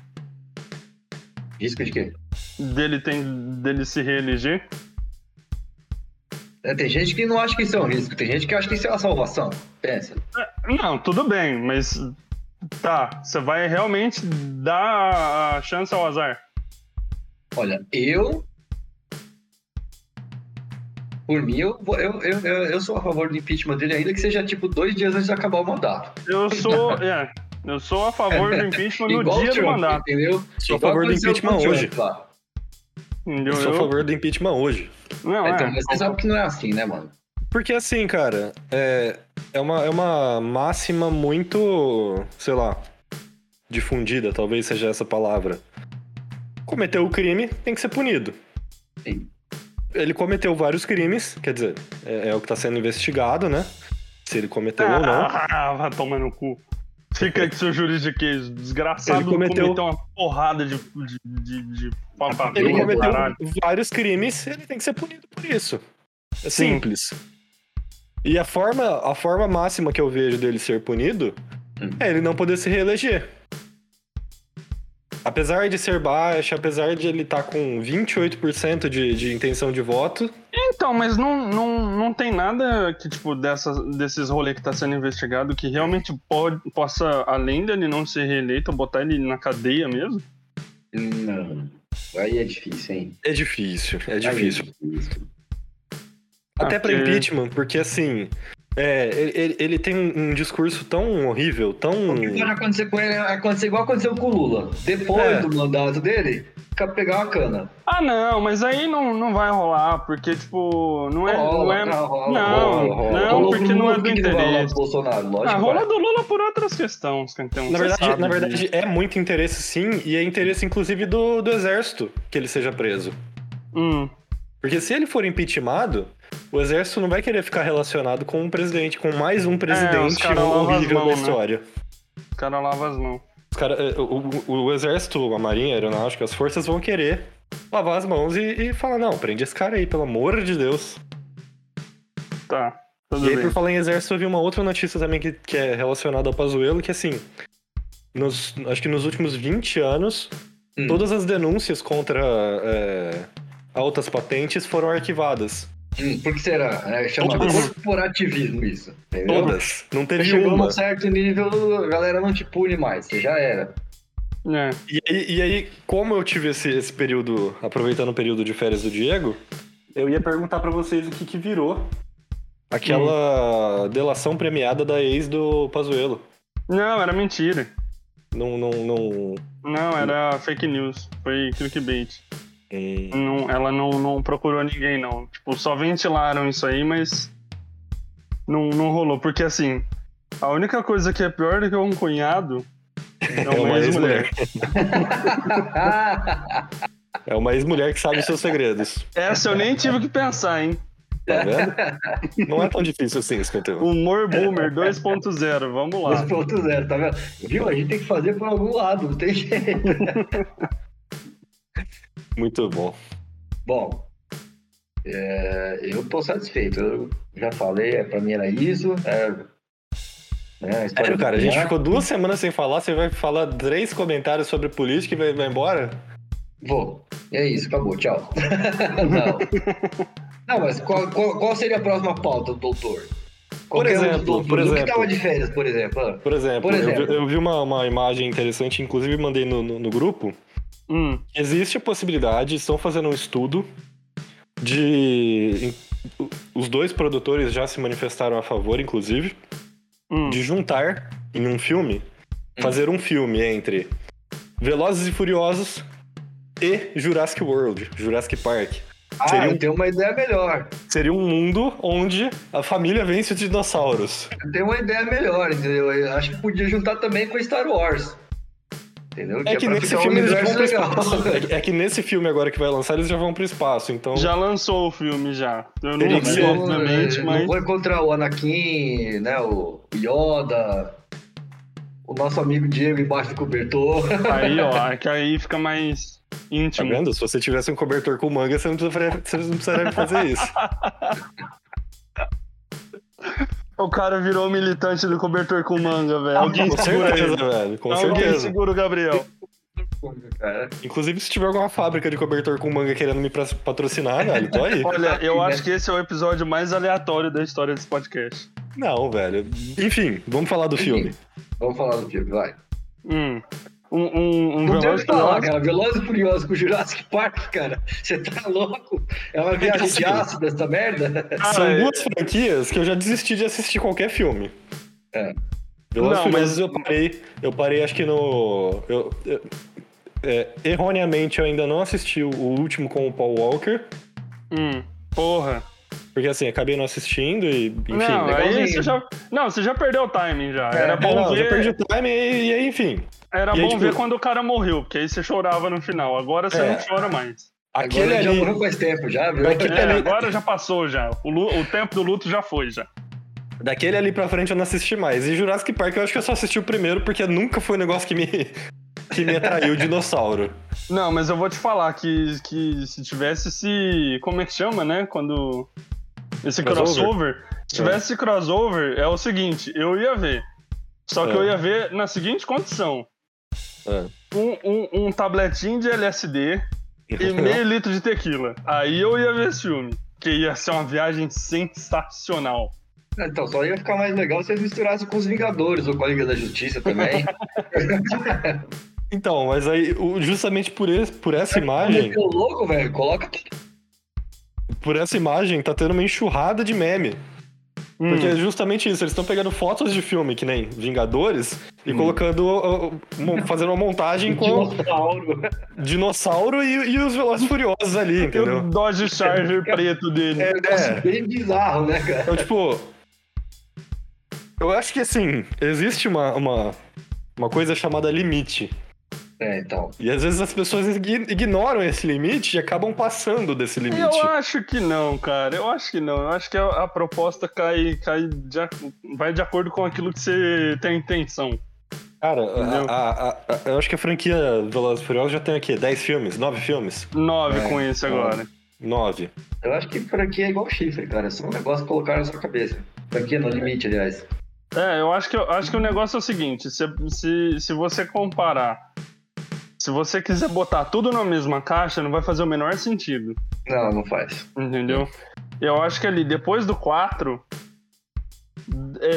Speaker 2: Risco de quê?
Speaker 3: dele, tem, dele se reeleger.
Speaker 2: É, tem gente que não acha que isso é um risco, tem gente que acha que isso é uma salvação. Pensa.
Speaker 3: Não, tudo bem, mas tá, você vai realmente dar a chance ao azar.
Speaker 2: Olha, eu. Por mim, eu, vou- eu, eu, eu, eu sou a favor do impeachment dele, ainda que seja tipo dois dias antes de acabar o mandato.
Speaker 3: Eu sou, é, eu sou a favor do impeachment no
Speaker 2: Igual o
Speaker 3: dia do
Speaker 2: Trump,
Speaker 3: mandato.
Speaker 2: entendeu?
Speaker 1: Sou a
Speaker 2: Igual
Speaker 1: favor do
Speaker 2: aconteceu com
Speaker 1: impeachment
Speaker 2: o Trump
Speaker 1: hoje.
Speaker 2: lá.
Speaker 3: Entendeu?
Speaker 1: Eu sou a
Speaker 3: Eu-
Speaker 1: favor do impeachment hoje.
Speaker 3: Não,
Speaker 2: Então,
Speaker 3: é.
Speaker 2: mas você sabe que não é assim, né, mano?
Speaker 1: Porque assim, cara, é, é, uma, é uma máxima muito, sei lá, difundida, talvez seja essa palavra. Cometeu o crime, tem que ser punido.
Speaker 2: Sim.
Speaker 1: Ele cometeu vários crimes, quer dizer, é, é o que tá sendo investigado, né? Se ele cometeu ou não.
Speaker 3: Ah, vai tomar no cu. Fica aí com seu juridiquês. Desgraçado,
Speaker 1: Ele cometeu-
Speaker 3: uma porrada de, de, de, de
Speaker 1: Ele
Speaker 2: Sim,
Speaker 3: papapinha,
Speaker 1: cometeu
Speaker 3: caralho.
Speaker 1: vários crimes, ele tem que ser punido por isso. É simples. E a forma, a forma máxima que eu vejo dele ser punido
Speaker 2: Hum.
Speaker 1: é ele não poder se reeleger. Apesar de ser baixo, apesar de ele estar com 28% de, de intenção de voto,
Speaker 3: Então, mas não, não, não tem nada que, tipo, dessas, desses rolês que tá sendo investigado que realmente pode, possa, além dele não ser reeleito, botar ele na cadeia mesmo?
Speaker 2: Não. Aí é difícil, hein?
Speaker 1: é difícil. É
Speaker 2: Aí
Speaker 1: difícil.
Speaker 2: difícil.
Speaker 1: Até pra
Speaker 3: Porque-
Speaker 1: impeachment, porque assim. é, ele, ele- ele tem um, um discurso tão horrível, tão.
Speaker 2: O que pode acontecer com ele é acontecer igual aconteceu com o Lula. Depois
Speaker 1: É.
Speaker 2: do mandato dele, fica pegar uma cana.
Speaker 3: Ah, não, mas aí não, não vai rolar, porque, tipo, não é. não, é- não, não, porque não é do interesse.
Speaker 2: Bolsonaro, lógico.
Speaker 3: Ah,
Speaker 2: que
Speaker 3: rola
Speaker 2: vai.
Speaker 3: do Lula por outras questões, Cantão.
Speaker 1: Na
Speaker 3: Você
Speaker 1: verdade,
Speaker 3: sabe
Speaker 1: na
Speaker 3: disso.
Speaker 1: verdade, é muito interesse sim, e é interesse inclusive do, do exército que ele seja preso.
Speaker 3: Hum.
Speaker 1: Porque se ele for impeachmentado, o exército não vai querer ficar relacionado com um presidente, com mais um
Speaker 3: É, os
Speaker 1: presidente
Speaker 3: caras lavam as
Speaker 1: horrível da
Speaker 3: mãos, né?
Speaker 1: história.
Speaker 3: O cara lava as mãos.
Speaker 1: Os cara, é, o, o- o exército, a marinha, a aeronáutica, as forças vão querer lavar as mãos e, e falar, não, prende esse cara aí, pelo amor de Deus.
Speaker 3: Tá. Tudo
Speaker 1: E aí,
Speaker 3: bem.
Speaker 1: por falar em exército, eu vi uma outra notícia também que, que é relacionada ao Pazuello, que assim, nos, acho que nos últimos 20 anos,
Speaker 2: Hum.
Speaker 1: todas as denúncias contra é, altas patentes foram arquivadas.
Speaker 2: Hum, por que será? É, chama
Speaker 1: Todas.
Speaker 2: corporativismo isso. Entendeu?
Speaker 1: Todas. Não
Speaker 2: Você
Speaker 1: teve
Speaker 2: chegou
Speaker 1: uma.
Speaker 2: num certo nível, a galera não te pune mais, você já era.
Speaker 3: É.
Speaker 1: E, aí- e aí, como eu tive esse, esse período, aproveitando o período de férias do Diego, eu ia perguntar pra vocês o que, que virou aquela delação premiada da ex do Pazuello.
Speaker 3: Não, era mentira.
Speaker 1: Não, não, não...
Speaker 3: Não, era fake news. Foi clickbait.
Speaker 1: hum,
Speaker 3: Não, ela não, não procurou ninguém, não. Tipo, só ventilaram isso aí, mas. Não, não rolou. Porque assim, a única coisa que é pior do que um cunhado é
Speaker 1: É
Speaker 3: uma
Speaker 1: uma
Speaker 3: ex-mulher.
Speaker 2: Ah,
Speaker 1: É uma ex-mulher que sabe os seus segredos.
Speaker 3: Essa eu nem tive que pensar, hein?
Speaker 1: Tá vendo? Não é tão difícil assim esse conteúdo.
Speaker 3: Humor Boomer 2.0, vamos lá.
Speaker 2: 2.0, tá vendo? Viu? A gente tem que fazer por algum lado, não tem jeito.
Speaker 1: Muito bom.
Speaker 2: Bom, é, eu tô satisfeito. Eu já falei, é, pra mim era isso. É, né, a história
Speaker 1: Sério,
Speaker 2: do
Speaker 1: cara, a gente
Speaker 2: Pinhar.
Speaker 1: ficou duas semanas sem falar, você vai falar três comentários sobre política e vai, vai embora?
Speaker 2: Vou. E é isso, acabou, tchau. não. não, mas qual, qual, qual seria a próxima pauta, doutor? Qualquer um dos
Speaker 1: exemplo,
Speaker 2: doutores.
Speaker 1: por
Speaker 2: O que
Speaker 1: exemplo.
Speaker 2: tava de férias, por exemplo? Ah,
Speaker 1: Por exemplo,
Speaker 2: Por exemplo.
Speaker 1: eu vi, eu vi uma, uma imagem interessante, inclusive mandei no, no, no grupo.
Speaker 3: Hum,
Speaker 1: Existe a possibilidade, estão fazendo um estudo de. em- Os dois produtores já se manifestaram a favor, inclusive,
Speaker 3: hum.
Speaker 1: de juntar em um filme, fazer um filme entre Velozes e Furiosos e Jurassic World, Jurassic Park.
Speaker 2: Ah,
Speaker 1: Seria um-
Speaker 2: eu tenho uma ideia melhor.
Speaker 1: Seria um mundo onde a família vence os dinossauros.
Speaker 2: Eu tenho uma ideia melhor, entendeu? Eu acho que podia juntar também com Star Wars. Entendeu?
Speaker 1: É que
Speaker 2: pra
Speaker 1: nesse
Speaker 2: ficar
Speaker 3: um
Speaker 2: um
Speaker 1: filme eles já vão
Speaker 2: universo
Speaker 1: pro
Speaker 2: legal.
Speaker 1: espaço. É que- É que nesse filme agora que vai lançar, eles já vão pro espaço, então.
Speaker 3: Já lançou o filme já. Eu
Speaker 1: Teria
Speaker 3: não
Speaker 1: que
Speaker 3: vi,
Speaker 1: ser,
Speaker 3: obviamente,
Speaker 2: eh,
Speaker 3: mas.
Speaker 2: Não vou encontrar o Anakin, né? O Yoda, o nosso amigo Diego embaixo do cobertor.
Speaker 3: Aí, ó, é que aí fica mais
Speaker 1: Tá
Speaker 3: íntimo.
Speaker 1: vendo? Se você tivesse um cobertor com manga, você não precisaria, você não precisaria fazer isso.
Speaker 3: o cara virou um militante do cobertor com manga, velho. Alguém
Speaker 1: Com
Speaker 3: segura ele.
Speaker 1: certeza, velho. Com
Speaker 3: Alguém
Speaker 1: certeza.
Speaker 3: segura o Gabriel.
Speaker 2: Cara,
Speaker 1: Inclusive, se tiver alguma fábrica de cobertor com manga querendo me pra- patrocinar, velho, tô aí.
Speaker 3: Olha, eu
Speaker 2: Né?
Speaker 3: acho que esse é o episódio mais aleatório da história desse podcast.
Speaker 1: Não, velho. Enfim, vamos falar do filme.
Speaker 2: vamos falar do filme, vai.
Speaker 3: Hum. Um, um, um
Speaker 2: Não tem o
Speaker 3: Velozes
Speaker 2: que falar,
Speaker 3: Furiosos-
Speaker 2: cara. Veloz e Furioso com Jurassic Park, cara. Você tá louco? É uma viagem
Speaker 1: assim,
Speaker 2: de ácido essa merda?
Speaker 3: Cara,
Speaker 1: São
Speaker 3: é-
Speaker 1: duas franquias que eu já desisti de assistir qualquer filme.
Speaker 2: É.
Speaker 1: Velozes
Speaker 3: Não,
Speaker 1: e
Speaker 3: mas-
Speaker 1: Furiosos eu parei. Eu parei, acho que no. eu- eu- é, erroneamente, eu ainda não assisti o último com o Paul Walker.
Speaker 3: Hum. Porra.
Speaker 1: Porque assim, acabei não assistindo e, enfim.
Speaker 3: não, aí
Speaker 2: legalzinho.
Speaker 3: você já. Não, você já perdeu o timing já. Era
Speaker 2: É,
Speaker 1: É,
Speaker 3: bom
Speaker 1: não, já
Speaker 3: ver.
Speaker 1: perdi o time e, e aí, enfim.
Speaker 3: Era
Speaker 1: E aí,
Speaker 3: bom
Speaker 1: tipo-
Speaker 3: ver quando o cara morreu, porque aí você chorava no final. Agora você
Speaker 1: É.
Speaker 3: não chora mais.
Speaker 1: Aquele
Speaker 2: Agora ele já
Speaker 1: ali.
Speaker 2: morreu faz tempo, já, viu?
Speaker 1: Aquele
Speaker 3: É,
Speaker 1: ali-
Speaker 3: agora já passou já. O, lu- o tempo do luto já foi já.
Speaker 1: Daquele ali pra frente eu não assisti mais. E Jurassic Park eu acho que eu só assisti o primeiro porque nunca foi um negócio que me, que me atraiu o dinossauro.
Speaker 3: Não, mas eu vou te falar que, que se tivesse esse. Como é que chama, né? Quando. Esse
Speaker 1: Crossover? É.
Speaker 3: crossover. Se tivesse esse crossover, é o seguinte: eu ia ver. Só que
Speaker 1: É.
Speaker 3: eu ia ver na seguinte condição: um, um, um tabletinho de LSD e meio litro de tequila. Aí eu ia ver esse filme. Que ia ser uma viagem sensacional.
Speaker 2: Então, só ia ficar mais legal se eles misturassem com os Vingadores ou com a Liga da Justiça também.
Speaker 1: Então, mas aí, o- justamente por, esse, por essa imagem,
Speaker 2: Meteu louco, velho. Coloca
Speaker 1: por essa imagem, tá tendo uma enxurrada de meme. Porque
Speaker 3: Hum.
Speaker 1: é justamente isso, eles estão pegando fotos de filme, que nem Vingadores, e
Speaker 3: Hum.
Speaker 1: colocando. ó, ó, mo- fazendo uma montagem com
Speaker 2: dinossauro.
Speaker 1: dinossauro e, e os Velozes Furiosos ali,
Speaker 3: E
Speaker 1: entendeu?
Speaker 3: o Dodge Charger preto dele.
Speaker 2: É um negócio
Speaker 1: É.
Speaker 2: bem bizarro, né, cara?
Speaker 1: Então, tipo. Eu acho que assim, existe uma, uma, uma coisa chamada limite.
Speaker 2: É, então.
Speaker 1: E às vezes as pessoas ign- ignoram esse limite e acabam passando desse limite.
Speaker 3: Eu acho que não, cara. Eu acho que não. Eu acho que a, a proposta cai, cai de ac- vai de acordo com aquilo que você tem intenção.
Speaker 1: Cara,
Speaker 3: Entendeu?
Speaker 1: a, a- a- a- eu acho que a franquia Velozes e Furiosos já tem aqui 10 filmes, 9 filmes?
Speaker 3: Nove
Speaker 2: É,
Speaker 3: com esse agora.
Speaker 1: 9.
Speaker 2: Eu acho que franquia é igual chifre, cara. É só um negócio que colocaram na sua cabeça. Franquia no limite, aliás.
Speaker 3: É, eu acho que, eu acho que o negócio é o seguinte: se, se, se você comparar, se você quiser botar tudo na mesma caixa, não vai fazer o menor sentido.
Speaker 2: Não, não faz.
Speaker 3: Entendeu?
Speaker 2: É.
Speaker 3: Eu acho que ali, depois do 4,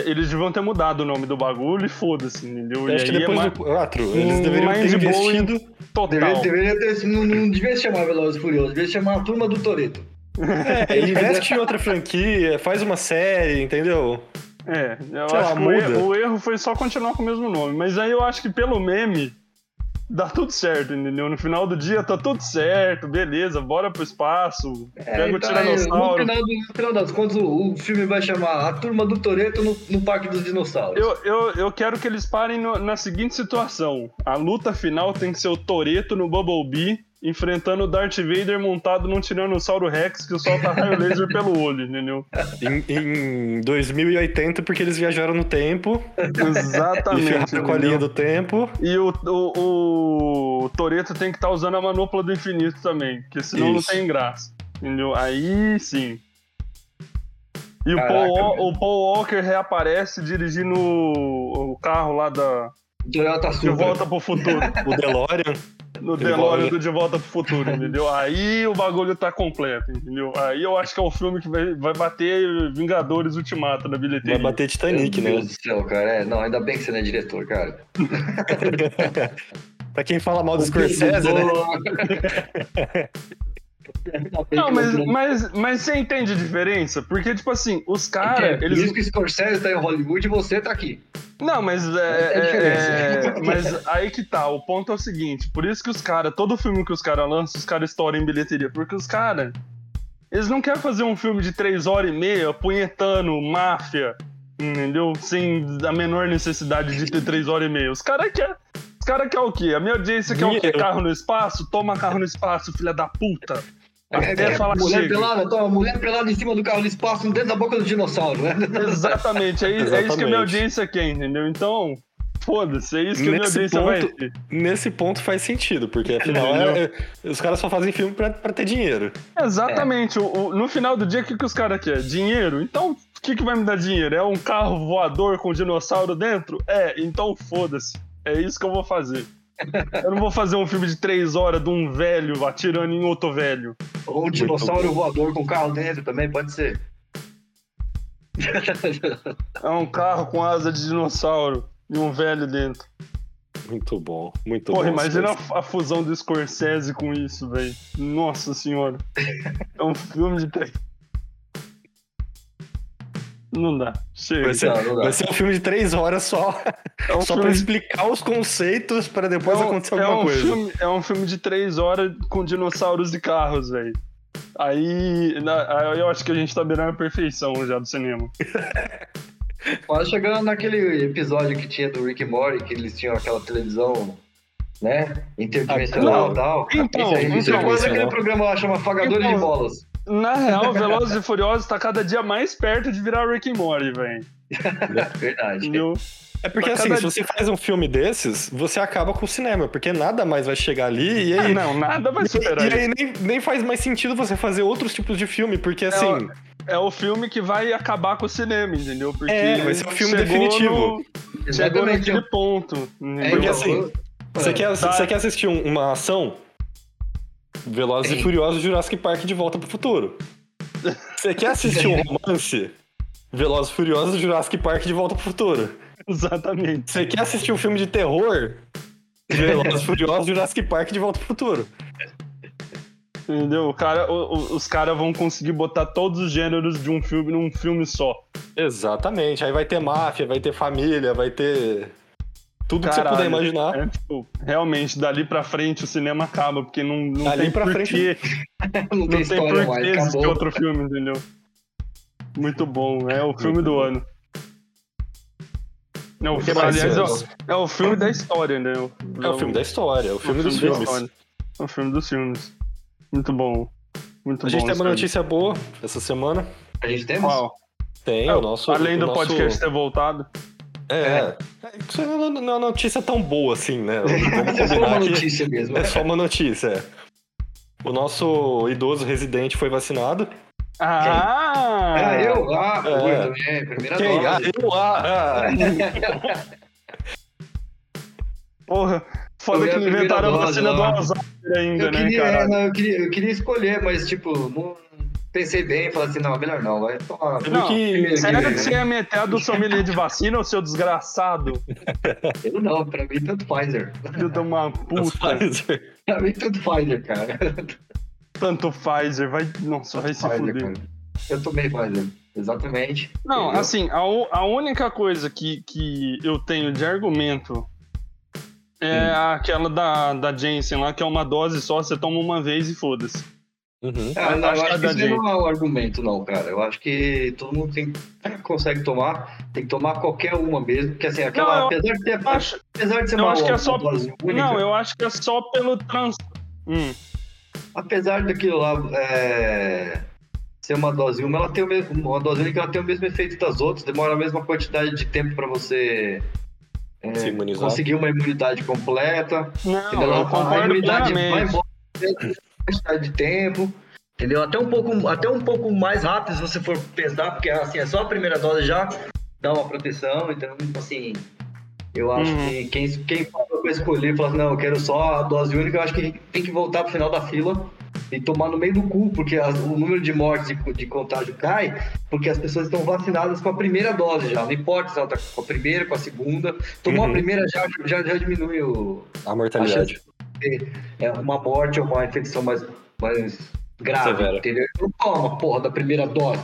Speaker 3: eles deviam ter mudado o nome do bagulho e foda-se, entendeu?
Speaker 1: Eu
Speaker 3: E
Speaker 1: acho que
Speaker 3: aí é
Speaker 1: depois
Speaker 3: ma-
Speaker 1: do 4, eles
Speaker 3: um
Speaker 1: deveriam ter
Speaker 3: mindblowing
Speaker 1: investido.
Speaker 3: total.
Speaker 2: Deveria, deveria ter. sido- Não, não devia se chamar Velozes e Furiosos, devia se chamar a Turma do Toreto.
Speaker 1: É, investe em outra franquia, faz uma série, entendeu?
Speaker 3: É, eu
Speaker 1: Sei
Speaker 3: acho
Speaker 1: lá,
Speaker 3: que o
Speaker 1: muda.
Speaker 3: erro, o erro foi só continuar com o mesmo nome. Mas aí eu acho que pelo meme dá tudo certo, entendeu? No final do dia tá tudo certo, beleza, bora pro espaço, pega
Speaker 2: então,
Speaker 3: o
Speaker 2: aí, no,
Speaker 3: tiranossauro.
Speaker 2: final, do- no final das contas, o, o filme vai chamar A Turma do Toreto no, no Parque dos Dinossauros.
Speaker 3: Eu, eu, eu quero que eles parem no- na seguinte situação: a luta final tem que ser o Toreto no Bubble Bee enfrentando o Darth Vader montado num Tiranossauro Rex que solta raio laser pelo olho, entendeu?
Speaker 1: Em, em 2080, porque eles viajaram no tempo. E
Speaker 3: Exatamente.
Speaker 1: ferraram com a linha
Speaker 3: entendeu?
Speaker 1: do tempo.
Speaker 3: E o, o, o Toreto tem que estar usando a manopla do infinito também, porque
Speaker 1: Isso.
Speaker 3: senão não tem graça. Entendeu? Aí sim. E o
Speaker 2: Caraca,
Speaker 3: Paul, Wa-
Speaker 2: velho.
Speaker 3: o Paul Walker reaparece dirigindo o, o carro lá da
Speaker 2: Toyota
Speaker 3: De
Speaker 2: Supra.
Speaker 3: Volta pro Futuro.
Speaker 1: O DeLorean.
Speaker 3: No
Speaker 1: De
Speaker 3: DeLorean
Speaker 1: volta.
Speaker 3: do De Volta pro Futuro, entendeu? Aí o bagulho tá completo, entendeu? Aí eu acho que é o filme que vai, vai bater Vingadores Ultimato na bilheteria.
Speaker 1: Vai bater
Speaker 2: Meu
Speaker 1: Titanic, né?
Speaker 2: Deus do céu, cara. É, não, ainda bem que você não é diretor, cara.
Speaker 1: pra quem fala mal do Scorsese, né?
Speaker 2: Ainda bem
Speaker 3: Não,
Speaker 2: que
Speaker 3: mas,
Speaker 2: eu não-
Speaker 3: mas, mas você entende a diferença? Porque, tipo assim, os caras,
Speaker 2: É, Por
Speaker 3: eles...
Speaker 2: isso que o Scorsese tá em Hollywood e você tá aqui.
Speaker 3: Não, mas... é-
Speaker 2: Essa é a
Speaker 3: é-
Speaker 2: diferença.
Speaker 3: é- mas aí que tá, o ponto é o seguinte, por isso que os caras, todo filme que os caras lançam, os caras estouram em bilheteria, porque os caras, eles não querem fazer um filme de três horas e meia, punhetando, máfia, entendeu? Sem a menor necessidade de ter três horas e meia. Os caras querem... Os caras querem o quê? A minha audiência quer o quê?
Speaker 1: Dinheiro.
Speaker 3: Carro no espaço? Toma carro no espaço, filha da puta.
Speaker 2: É,
Speaker 3: Até
Speaker 2: é,
Speaker 3: falar
Speaker 2: mulher
Speaker 3: chega.
Speaker 2: pelada, toma, mulher pelada em cima do carro no espaço, dentro da boca do dinossauro, né?
Speaker 3: Exatamente, é, é isso que a
Speaker 1: Exatamente.
Speaker 3: minha audiência quer, entendeu? Então, foda-se, é isso que a minha
Speaker 1: Nesse
Speaker 3: audiência vai
Speaker 1: ponto-
Speaker 3: ter.
Speaker 1: Nesse ponto faz sentido, porque afinal é- é- os caras só fazem filme pra, pra ter dinheiro.
Speaker 3: Exatamente, o- o- no final do dia, o que, que os caras querem? Dinheiro? Então, o que, que vai me dar dinheiro? É um carro voador com dinossauro dentro? É, então foda-se, é isso que eu vou fazer. Eu não vou fazer um filme de três horas de um velho atirando em outro velho.
Speaker 2: Ou um dinossauro voador com carro dentro também, pode ser.
Speaker 3: É um carro com asa de dinossauro e um velho dentro.
Speaker 1: Muito bom, muito
Speaker 3: Porra,
Speaker 1: bom.
Speaker 3: imagina a, a fusão do Scorsese com isso, velho. Nossa senhora. É um filme de três. Não dá. Chega.
Speaker 1: Vai ser,
Speaker 2: Não, não dá.
Speaker 1: vai ser um filme de três horas só,
Speaker 3: É um
Speaker 1: só pra
Speaker 3: filme
Speaker 1: explicar os conceitos pra depois
Speaker 3: é um-
Speaker 1: acontecer
Speaker 3: é
Speaker 1: alguma
Speaker 3: um
Speaker 1: coisa.
Speaker 3: filme- é um filme de três horas com dinossauros e carros, velho. Aí, na- aí eu acho que a gente tá beirando a perfeição já do cinema.
Speaker 2: Quase chegando naquele episódio que tinha do Rick and Morty, que eles tinham aquela televisão, né? Interdimensional
Speaker 1: Ah,
Speaker 2: e tal.
Speaker 3: então,
Speaker 2: isso aí, isso
Speaker 3: então,
Speaker 2: é quase
Speaker 1: isso,
Speaker 2: aquele
Speaker 1: né?
Speaker 2: programa lá, chama Afagadores
Speaker 3: Então,
Speaker 2: de Bolas.
Speaker 3: Na real, Velozes e Furiosos tá cada dia mais perto de virar Rick and Morty, velho.
Speaker 2: Verdade.
Speaker 3: Entendeu?
Speaker 1: É porque
Speaker 3: Pra
Speaker 1: assim,
Speaker 3: cada
Speaker 1: se você faz um filme desses, você acaba com o cinema, porque nada mais vai chegar ali e
Speaker 3: Ah,
Speaker 1: aí.
Speaker 3: não, nada vai superar
Speaker 1: e
Speaker 3: isso.
Speaker 1: aí nem, nem faz mais sentido você fazer outros tipos de filme, porque
Speaker 3: ó,
Speaker 1: assim,
Speaker 3: é o filme que vai acabar com o cinema, entendeu? Porque
Speaker 1: É, vai ser um filme
Speaker 3: chegou
Speaker 1: definitivo.
Speaker 3: no- chegou
Speaker 2: Exatamente.
Speaker 3: naquele ponto. entendeu?
Speaker 2: É,
Speaker 1: Porque
Speaker 2: então,
Speaker 1: assim,
Speaker 2: eu-
Speaker 1: você, quer,
Speaker 3: tá.
Speaker 1: você quer assistir um- uma ação? Velozes e
Speaker 2: Sim.
Speaker 1: Furiosos Jurassic Park de Volta pro Futuro. Você quer assistir um romance? Velozes e Furiosos Jurassic Park de Volta pro Futuro.
Speaker 3: Exatamente.
Speaker 1: Você quer assistir um filme de terror? Velozes e Furiosos Jurassic Park de Volta pro Futuro.
Speaker 3: Entendeu? O cara, o- o- os caras vão conseguir botar todos os gêneros de um filme num filme só.
Speaker 1: Exatamente. Aí vai ter máfia, vai ter família, vai ter. Tudo que
Speaker 3: Caralho.
Speaker 1: você puder imaginar.
Speaker 3: É, tipo, realmente, dali pra frente o cinema acaba, porque não, não
Speaker 1: Dali
Speaker 3: tem
Speaker 1: pra
Speaker 3: porquê.
Speaker 2: é, não tem
Speaker 3: Não tem
Speaker 2: história
Speaker 3: porquê
Speaker 2: mais,
Speaker 3: existir
Speaker 2: acabou.
Speaker 3: outro filme, entendeu? Muito bom, é o filme do ano. Não, o
Speaker 1: Porque
Speaker 3: filme,
Speaker 1: mais
Speaker 3: aliás,
Speaker 1: é-
Speaker 3: ó, é o filme da história, né?
Speaker 1: É o filme da história, é o filme
Speaker 3: O
Speaker 1: dos
Speaker 3: filme da
Speaker 1: filmes.
Speaker 3: história. É o filme dos filmes. Muito bom. Muito
Speaker 1: A gente tem
Speaker 3: bom. esse
Speaker 1: uma
Speaker 3: filme.
Speaker 1: notícia boa essa semana.
Speaker 2: A gente tem
Speaker 3: Qual?
Speaker 1: Tem
Speaker 3: É,
Speaker 1: o nosso.
Speaker 3: Além
Speaker 1: o
Speaker 3: do
Speaker 1: nosso-
Speaker 3: podcast ter voltado.
Speaker 1: É. Isso não não é uma notícia tão boa assim, né? Vamos
Speaker 3: é
Speaker 2: Essa foi uma
Speaker 1: combinar que
Speaker 2: notícia mesmo. Ah,
Speaker 1: é só uma notícia. é. O nosso idoso residente foi vacinado.
Speaker 3: Ah!
Speaker 2: Ah, eu? Ah,
Speaker 1: É.
Speaker 2: foi também. Primeira
Speaker 1: Quem? Ah,
Speaker 2: dose.
Speaker 1: eu? Ah, ah.
Speaker 3: Porra, foda
Speaker 2: Eu ia
Speaker 3: que
Speaker 2: a primeira
Speaker 3: inventaram a
Speaker 2: dose
Speaker 3: vacina do
Speaker 2: lá.
Speaker 3: Alzheimer ainda,
Speaker 2: Eu
Speaker 3: né,
Speaker 2: queria, é,
Speaker 3: cara?
Speaker 2: não, eu, queria, eu queria escolher, mas tipo, não pensei bem, falei assim, não, melhor não, vai tomar.
Speaker 1: Você
Speaker 3: Não,
Speaker 1: viu que.
Speaker 3: Será que
Speaker 2: né?
Speaker 3: você ia meter a do sommelier de vacina, ô seu desgraçado?
Speaker 2: Eu não, pra mim tanto né? Pfizer.
Speaker 3: Filho de uma puta.
Speaker 1: Pfizer-
Speaker 2: Pra mim tanto Pfizer, cara.
Speaker 3: Tanto Pfizer, vai. Nossa, vai se
Speaker 2: Pfizer,
Speaker 3: fuder.
Speaker 2: cara. Eu tomei Pfizer, exatamente.
Speaker 3: Não,
Speaker 2: Entendeu?
Speaker 3: assim, a, u- a única coisa que, que eu tenho de argumento é aquela da, da Janssen lá, que é uma dose só, você toma uma vez e foda-se.
Speaker 1: Uhum.
Speaker 2: Ah, não,
Speaker 3: acho
Speaker 2: eu
Speaker 3: que
Speaker 2: acho que
Speaker 3: dá
Speaker 2: isso aí não é um argumento, não, cara. Eu acho que todo mundo tem, consegue tomar, tem que tomar qualquer uma mesmo, porque assim, aquela,
Speaker 3: Não, eu-
Speaker 2: apesar de ter
Speaker 3: Eu acho,
Speaker 2: Apesar de ser
Speaker 3: Eu
Speaker 2: uma,
Speaker 3: acho que é
Speaker 2: uma
Speaker 3: só-
Speaker 2: dose única,
Speaker 3: não, eu acho que é só pelo trans. Hum.
Speaker 2: Apesar daquilo lá é, ser uma dose uma, ela tem o mesmo, uma dose única, ela tem o mesmo efeito das outras, demora a mesma quantidade de tempo para você é,
Speaker 1: Se imunizar.
Speaker 2: conseguir uma imunidade completa.
Speaker 3: Não,
Speaker 2: entendeu?
Speaker 3: eu
Speaker 2: Ela- a
Speaker 3: concordo
Speaker 2: imunidade vai
Speaker 3: plenamente.
Speaker 2: embora mesmo quantidade de tempo. Entendeu? Até um pouco, até um pouco mais rápido se você for pesar, porque assim, é só a primeira dose já dá uma proteção, então assim, eu acho
Speaker 3: Uhum.
Speaker 2: que quem, quem fala pra escolher, fala, assim, não, eu quero só a dose única, eu acho que tem que voltar pro final da fila e tomar no meio do cu, porque as- o número de mortes de, de contágio cai, porque as pessoas estão vacinadas com a primeira dose já, não importa se ela tá com a primeira, com a segunda, tomou
Speaker 1: Uhum.
Speaker 2: a primeira já, já, já diminui o,
Speaker 1: A mortalidade.
Speaker 2: é uma morte ou uma infecção mais, mais grave,
Speaker 1: Severa.
Speaker 2: entendeu? Não toma, porra, da primeira dose.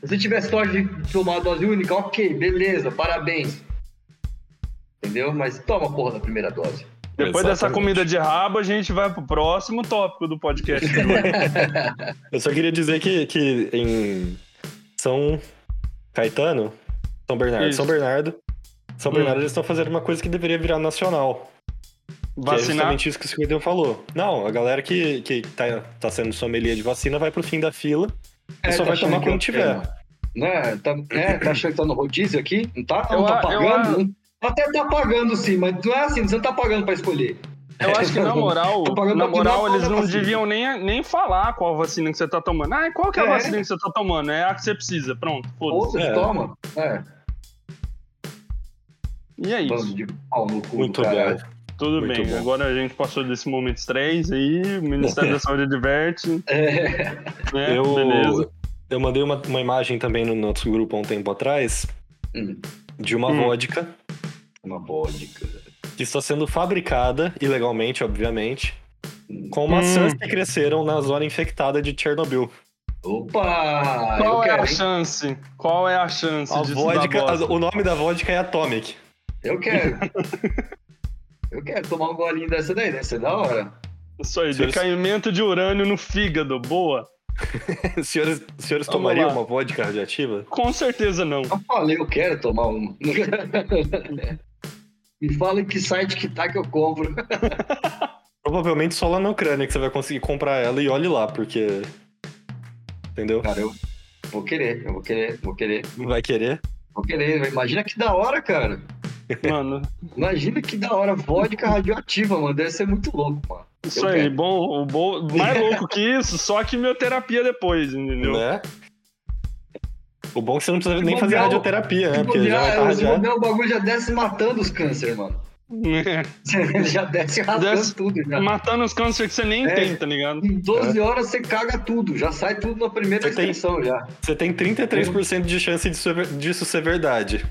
Speaker 2: Se você tiver sorte de tomar a dose única, ok, beleza, parabéns. Entendeu? Mas toma, porra, da primeira dose.
Speaker 3: Depois dessa
Speaker 1: Exatamente.
Speaker 3: comida de rabo, a gente vai pro próximo tópico do podcast. de hoje.
Speaker 1: Eu só queria dizer que, que em São Caetano, São Bernardo,
Speaker 3: Isso.
Speaker 1: São Bernardo, São
Speaker 3: Hum.
Speaker 1: Bernardo eles estão fazendo uma coisa que deveria virar nacional. Que é
Speaker 3: Vacinar.
Speaker 1: justamente isso que o Cigudeu falou. Não, a galera que, que tá, tá sendo sommelier de vacina vai pro fim da fila e só vai
Speaker 2: É, tá achando
Speaker 1: tomar
Speaker 2: que um
Speaker 1: quando
Speaker 2: eu
Speaker 1: tiver.
Speaker 2: tenho. Né? Tá, né? tá achando que tá no rodízio aqui? Não tá?
Speaker 3: Eu
Speaker 2: Não tá
Speaker 3: a- eu
Speaker 2: pagando? Não- Até tá pagando sim, mas não é assim, você não tá pagando pra escolher.
Speaker 3: Eu acho que na moral,
Speaker 2: Tô pagando
Speaker 3: na
Speaker 2: pra tomar
Speaker 3: moral
Speaker 2: toda a
Speaker 3: eles não
Speaker 2: vacina.
Speaker 3: deviam nem, nem falar qual vacina que você tá tomando. Ah, qual que é a
Speaker 2: É.
Speaker 3: vacina que você tá tomando? É a que você precisa. Pronto, foda-se.
Speaker 2: Ou
Speaker 1: É.
Speaker 2: toma. É,
Speaker 3: E é isso.
Speaker 2: bando de pau no cu
Speaker 1: Muito
Speaker 2: do caralho.
Speaker 1: bem.
Speaker 3: Tudo
Speaker 1: Muito
Speaker 3: bem.
Speaker 1: bom.
Speaker 3: Agora a gente passou desse momento 3 aí, o Ministério da Saúde adverte,
Speaker 2: É.
Speaker 3: né?
Speaker 1: Eu,
Speaker 3: Beleza.
Speaker 1: eu mandei uma, uma imagem também no nosso grupo há um tempo atrás
Speaker 2: Hum,
Speaker 1: de uma
Speaker 3: Hum.
Speaker 1: vodka
Speaker 2: uma vodka.
Speaker 1: que está sendo fabricada, ilegalmente, obviamente,
Speaker 2: Hum.
Speaker 1: com maçãs que cresceram na zona infectada de Chernobyl.
Speaker 2: Opa! Ah, eu
Speaker 3: Qual é
Speaker 2: quero,
Speaker 3: a
Speaker 2: hein?
Speaker 3: chance? Qual é a chance
Speaker 1: A
Speaker 3: disso
Speaker 1: vodka,
Speaker 3: dar bosta?
Speaker 1: a- o nome da vodka é Atomic.
Speaker 2: Eu quero. eu quero tomar um golinho dessa daí, deve ser da hora.
Speaker 3: Isso aí,
Speaker 1: Se eles-
Speaker 3: decaimento de urânio no fígado, boa?
Speaker 1: senhores senhores
Speaker 3: Vamos
Speaker 1: tomariam
Speaker 3: lá.
Speaker 1: uma vodka radioativa?
Speaker 3: Com certeza não.
Speaker 2: Eu falei, eu quero tomar uma. Me fala em que site que tá que eu compro.
Speaker 1: Provavelmente só lá na Ucrânia que você vai conseguir comprar ela e olhe lá, porque. Entendeu?
Speaker 2: Cara, eu vou querer, eu vou querer, vou querer,
Speaker 1: Vai querer?
Speaker 2: vou querer. Imagina que da hora, cara.
Speaker 3: Mano,
Speaker 2: Imagina que da hora. Vodka radioativa, mano. Deve ser muito louco, mano.
Speaker 3: isso
Speaker 2: Eu
Speaker 3: aí,
Speaker 2: quero.
Speaker 3: bom, o bo- mais louco que isso, só quimioterapia depois, entendeu?
Speaker 1: Né? O bom é que você não precisa nem
Speaker 2: bobear,
Speaker 1: fazer
Speaker 2: eu-
Speaker 1: radioterapia, né?
Speaker 2: Se
Speaker 1: Porque já vai estar
Speaker 2: bobear, se
Speaker 1: radiado.
Speaker 2: bobear, Tipo, o é um bagulho já desce matando os câncer, mano. já desce rasgando
Speaker 3: Desce-
Speaker 2: tudo, já.
Speaker 3: Tá Matando os cânceres que você nem
Speaker 2: É.
Speaker 3: tem, tá ligado?
Speaker 2: Em 12 horas você caga tudo, já sai tudo na primeira
Speaker 1: É. Você tem-
Speaker 2: extensão já.
Speaker 1: Você tem 33% de chance disso, é ver- disso ser verdade.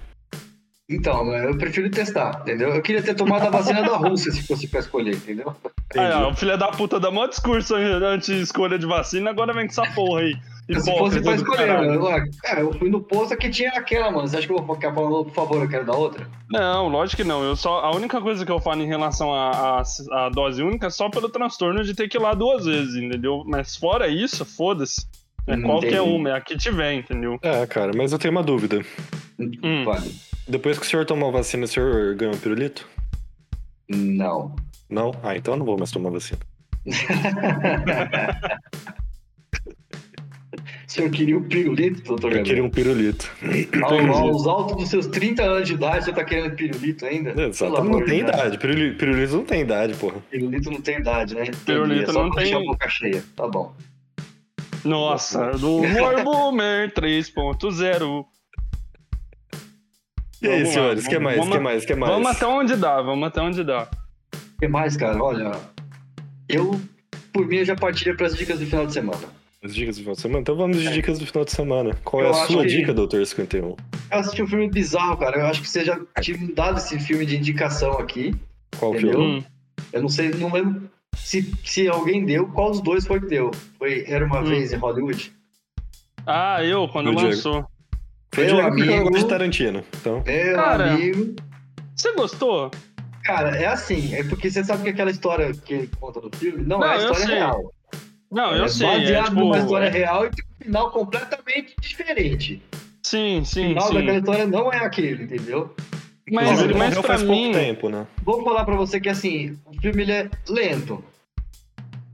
Speaker 2: Então, mas eu prefiro testar, entendeu? Eu queria ter tomado a vacina da Rússia se fosse pra escolher, entendeu?
Speaker 3: Aí, ó,
Speaker 1: Entendi.
Speaker 3: o filho da puta dá maior discurso antes de escolha de vacina, agora vem com essa porra aí.
Speaker 2: se fosse pra
Speaker 3: do
Speaker 2: escolher, né?
Speaker 3: caralho.
Speaker 2: mano. Olha, Cara, eu fui no posto que tinha aquela, mano. Você acha que eu vou ficar falando, por favor, eu quero da outra?
Speaker 3: Não, lógico que não. Eu só, a única coisa que eu falo em relação à à- à dose única é só pelo transtorno de ter que ir lá duas vezes, entendeu? Mas fora isso, foda-se. É
Speaker 2: Hum,
Speaker 3: qualquer
Speaker 2: entendi.
Speaker 3: uma, é a que tiver, entendeu?
Speaker 1: É, cara, mas eu tenho uma dúvida.
Speaker 3: Hum.
Speaker 2: Vale.
Speaker 1: Depois que o senhor tomou a vacina, o senhor ganhou um pirulito?
Speaker 2: Não.
Speaker 1: Não? Ah, então eu não vou mais tomar vacina.
Speaker 2: O senhor queria o pirulito, doutor
Speaker 1: Eu queria
Speaker 2: Gabriel?
Speaker 1: um pirulito.
Speaker 2: Ao-
Speaker 3: Entendi.
Speaker 2: Aos altos dos seus 30 anos de idade, você tá querendo pirulito ainda? Pelo
Speaker 1: Exato.
Speaker 2: amor
Speaker 1: Não
Speaker 2: de
Speaker 1: tem
Speaker 2: Deus.
Speaker 1: idade. Piruli- Pirulito não tem idade, porra.
Speaker 2: Pirulito não tem idade, né? Entendi.
Speaker 3: Pirulito
Speaker 2: é só
Speaker 3: não
Speaker 2: pra deixar
Speaker 3: tem-
Speaker 2: a boca cheia. Tá bom.
Speaker 3: Nossa, do Humor Boomer 3.0.
Speaker 1: E aí,
Speaker 3: Vamos lá,
Speaker 1: senhores? O que
Speaker 3: vamos-
Speaker 1: mais? O que
Speaker 3: vamos-
Speaker 1: mais? O que mais?
Speaker 3: Vamos até onde dá, vamos até onde dá.
Speaker 2: O que mais, cara? Olha, eu, por mim, eu já partiria para as dicas do final de semana.
Speaker 1: As dicas do final de semana? Então vamos de dicas do final de semana. Qual é
Speaker 2: É. Eu
Speaker 1: a
Speaker 2: acho
Speaker 1: sua
Speaker 2: que-
Speaker 1: dica, Doutor 51?
Speaker 2: Eu assisti um filme bizarro, cara. Eu acho que você já tinha me dado esse filme de indicação aqui.
Speaker 1: Qual é
Speaker 2: Entendeu?
Speaker 1: filme?
Speaker 3: Hum,
Speaker 2: Eu não sei, não lembro se, se alguém deu, qual dos dois foi que deu. Foi Era Uma
Speaker 3: Hum.
Speaker 2: Vez em Hollywood?
Speaker 3: Ah, eu, quando
Speaker 1: O Diego.
Speaker 3: lançou.
Speaker 1: Foi
Speaker 2: Meu
Speaker 1: de amigo eu
Speaker 2: amigo.
Speaker 1: gosto de Tarantino. Então,
Speaker 2: Meu
Speaker 3: Cara.
Speaker 2: amigo...
Speaker 3: Você gostou?
Speaker 2: Cara, é assim, é porque você sabe que aquela história que ele conta do filme não,
Speaker 3: Não,
Speaker 2: é a
Speaker 3: eu
Speaker 2: história
Speaker 3: sei.
Speaker 2: real.
Speaker 3: Não, eu
Speaker 2: é
Speaker 3: sei.
Speaker 2: baseado
Speaker 3: é, tipo,
Speaker 2: numa história real e tem um final completamente diferente.
Speaker 3: Sim,
Speaker 2: O
Speaker 3: sim,
Speaker 2: final daquela
Speaker 3: sim.
Speaker 2: história não é aquele, entendeu?
Speaker 3: Mas,
Speaker 1: ele
Speaker 3: mas
Speaker 1: morreu
Speaker 3: pra
Speaker 1: faz pouco
Speaker 3: mim.
Speaker 1: tempo, né?
Speaker 2: Vou falar pra você que assim, o filme ele é lento.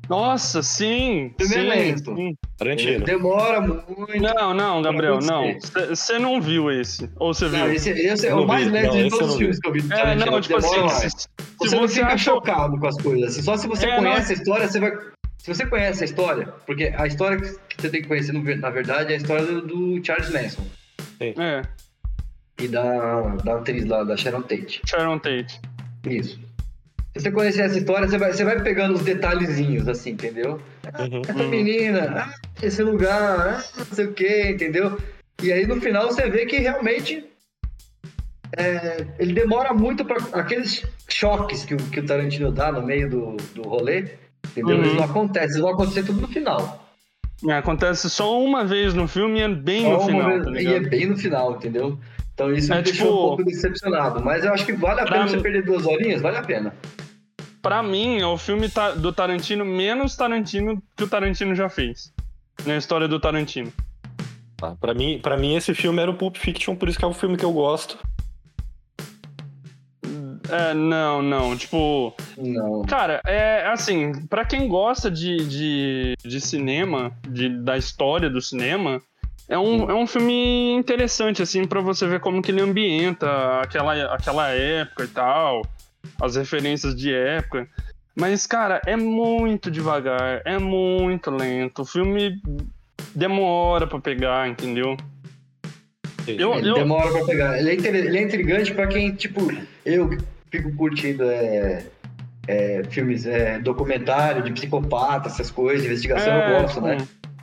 Speaker 3: Nossa, sim!
Speaker 2: Filme
Speaker 3: sim,
Speaker 2: lento.
Speaker 3: sim.
Speaker 1: Tarantino.
Speaker 2: Demora muito.
Speaker 3: Não, não, Gabriel, não.
Speaker 2: acontecer.
Speaker 3: Você não viu esse. Ou você
Speaker 2: Não,
Speaker 3: viu?
Speaker 2: esse, esse é
Speaker 1: Eu não
Speaker 2: o mais
Speaker 1: vi,
Speaker 2: lento
Speaker 1: não,
Speaker 2: de
Speaker 1: esse eu
Speaker 2: todos
Speaker 1: não
Speaker 2: os
Speaker 1: vi.
Speaker 2: filmes que eu vi do
Speaker 3: É,
Speaker 2: Tarantino.
Speaker 3: não, tipo
Speaker 2: demora
Speaker 3: assim,
Speaker 2: mais.
Speaker 3: se, se
Speaker 2: Você não fica
Speaker 3: achou-
Speaker 2: chocado com as coisas. Só se você
Speaker 3: É,
Speaker 2: conhece
Speaker 3: não.
Speaker 2: a história, você vai. Se você conhece a história, porque a história que você tem que conhecer, no ver- na verdade, é a história do, do Charles Manson
Speaker 3: É,
Speaker 2: e da, da atriz lá, da Sharon Tate.
Speaker 3: Sharon Tate.
Speaker 2: Isso. Se você conhecer essa história, você vai, você vai pegando os detalhezinhos, assim, entendeu?
Speaker 1: Uhum.
Speaker 2: Essa
Speaker 3: Hum.
Speaker 2: menina, ah, esse lugar, ah, não sei o quê, entendeu? E aí no final você vê que realmente é, ele demora muito para aqueles choques que, o- que o Tarantino dá no meio do, do rolê, entendeu?
Speaker 3: Uhum.
Speaker 2: Eles não acontecem, eles vão acontecer tudo no final.
Speaker 3: É, acontece só uma vez no filme e é bem no
Speaker 2: Só uma
Speaker 3: final,
Speaker 2: vez-
Speaker 3: tá
Speaker 2: e é
Speaker 3: ligado?
Speaker 2: bem no final, entendeu? Então isso
Speaker 3: É,
Speaker 2: me deixou
Speaker 3: tipo-
Speaker 2: um pouco decepcionado, mas eu acho que vale a
Speaker 3: Pra
Speaker 2: pena você
Speaker 3: mim-
Speaker 2: perder duas horinhas, vale a pena.
Speaker 3: Pra mim, é o filme ta- do Tarantino menos Tarantino que o Tarantino já fez. Na história do Tarantino.
Speaker 1: Tá, Pra mim, pra mim, esse filme era o Pulp Fiction, por isso que é um filme que eu gosto.
Speaker 3: É, não, não. Tipo,
Speaker 2: Não.
Speaker 3: Cara, é assim, pra quem gosta de, de, de cinema, de, da história do cinema, é um, é um filme interessante, assim, pra você ver como que ele ambienta aquela, aquela época e tal, as referências de época. Mas, cara, é muito devagar, é muito lento. O filme demora pra pegar, entendeu? Eu-
Speaker 2: Ele demora pra pegar. Ele é, inter- ele é intrigante pra quem, tipo, eu que fico curtindo é, é, filmes, é, documentário de psicopata, essas coisas, de investigação,
Speaker 3: É,
Speaker 2: eu gosto, né?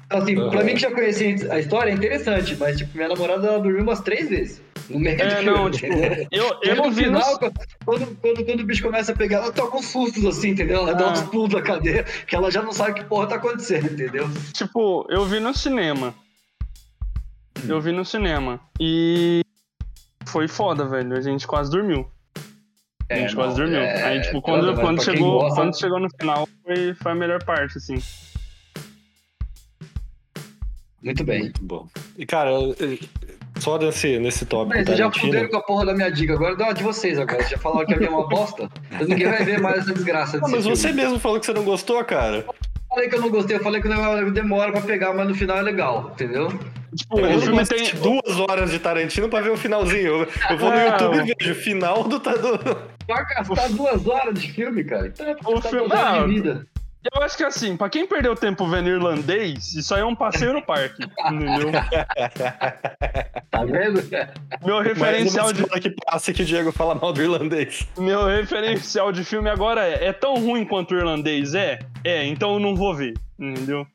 Speaker 2: Então, assim,
Speaker 1: Uhum.
Speaker 2: pra mim que já conheci a história, é interessante, mas, tipo, minha namorada ela dormiu umas três vezes. No meio do
Speaker 3: É,
Speaker 2: filme,
Speaker 3: não, tipo,
Speaker 2: entendeu?
Speaker 3: eu,
Speaker 2: E
Speaker 3: eu
Speaker 2: no
Speaker 3: não vi no
Speaker 2: final, quando, quando, quando o bicho começa a pegar, ela toca uns sustos assim, entendeu? Ela dá
Speaker 3: Ah.
Speaker 2: uns pulos da cadeira, que ela já não sabe que porra tá acontecendo, entendeu?
Speaker 3: Tipo, eu vi no cinema. Eu vi no cinema. E. Foi foda, velho. A gente quase dormiu. A gente quase
Speaker 2: não,
Speaker 3: dormiu.
Speaker 2: é-
Speaker 3: Aí, tipo,
Speaker 2: pra-
Speaker 3: quando,
Speaker 2: pra quem
Speaker 3: quando, chegou,
Speaker 2: gosta-
Speaker 3: quando chegou no final, foi, foi a melhor parte, assim.
Speaker 2: Muito bem.
Speaker 1: Muito bom. E, cara, eu- eu- só nesse, nesse tópico
Speaker 2: Mas vocês já fuderam
Speaker 1: Tarantino.
Speaker 2: com a porra da minha dica, agora dá uma de vocês agora. Vocês já falaram que a minha é uma bosta, então ninguém vai ver mais essa desgraça
Speaker 1: Ah,
Speaker 2: desse
Speaker 1: mas
Speaker 2: filme.
Speaker 1: você mesmo falou que você não gostou, cara.
Speaker 2: Eu falei que eu não gostei, eu falei que o negócio demora pra pegar, mas no final é legal, entendeu?
Speaker 3: Tipo,
Speaker 1: Eu
Speaker 3: o
Speaker 1: não
Speaker 3: filme
Speaker 1: gosto
Speaker 3: tem.
Speaker 1: de duas horas de Tarantino pra ver o finalzinho. Eu, eu vou no
Speaker 3: Ah.
Speaker 1: YouTube e vejo o final do, ta- do,
Speaker 2: Vai gastar duas horas de filme, cara. Então é
Speaker 3: O
Speaker 2: pra gastar
Speaker 3: filme-
Speaker 2: duas horas
Speaker 3: Ah,
Speaker 2: de vida.
Speaker 3: Eu acho que assim, pra quem perdeu tempo vendo irlandês, isso aí é um passeio no parque. Entendeu?
Speaker 2: Tá vendo?
Speaker 3: Meu
Speaker 1: Mais uma
Speaker 3: referencial, de,
Speaker 1: semana que passa que o Diego fala mal do irlandês.
Speaker 3: meu referencial de filme agora é: é tão ruim quanto o irlandês? É? É, então eu não vou ver. Entendeu?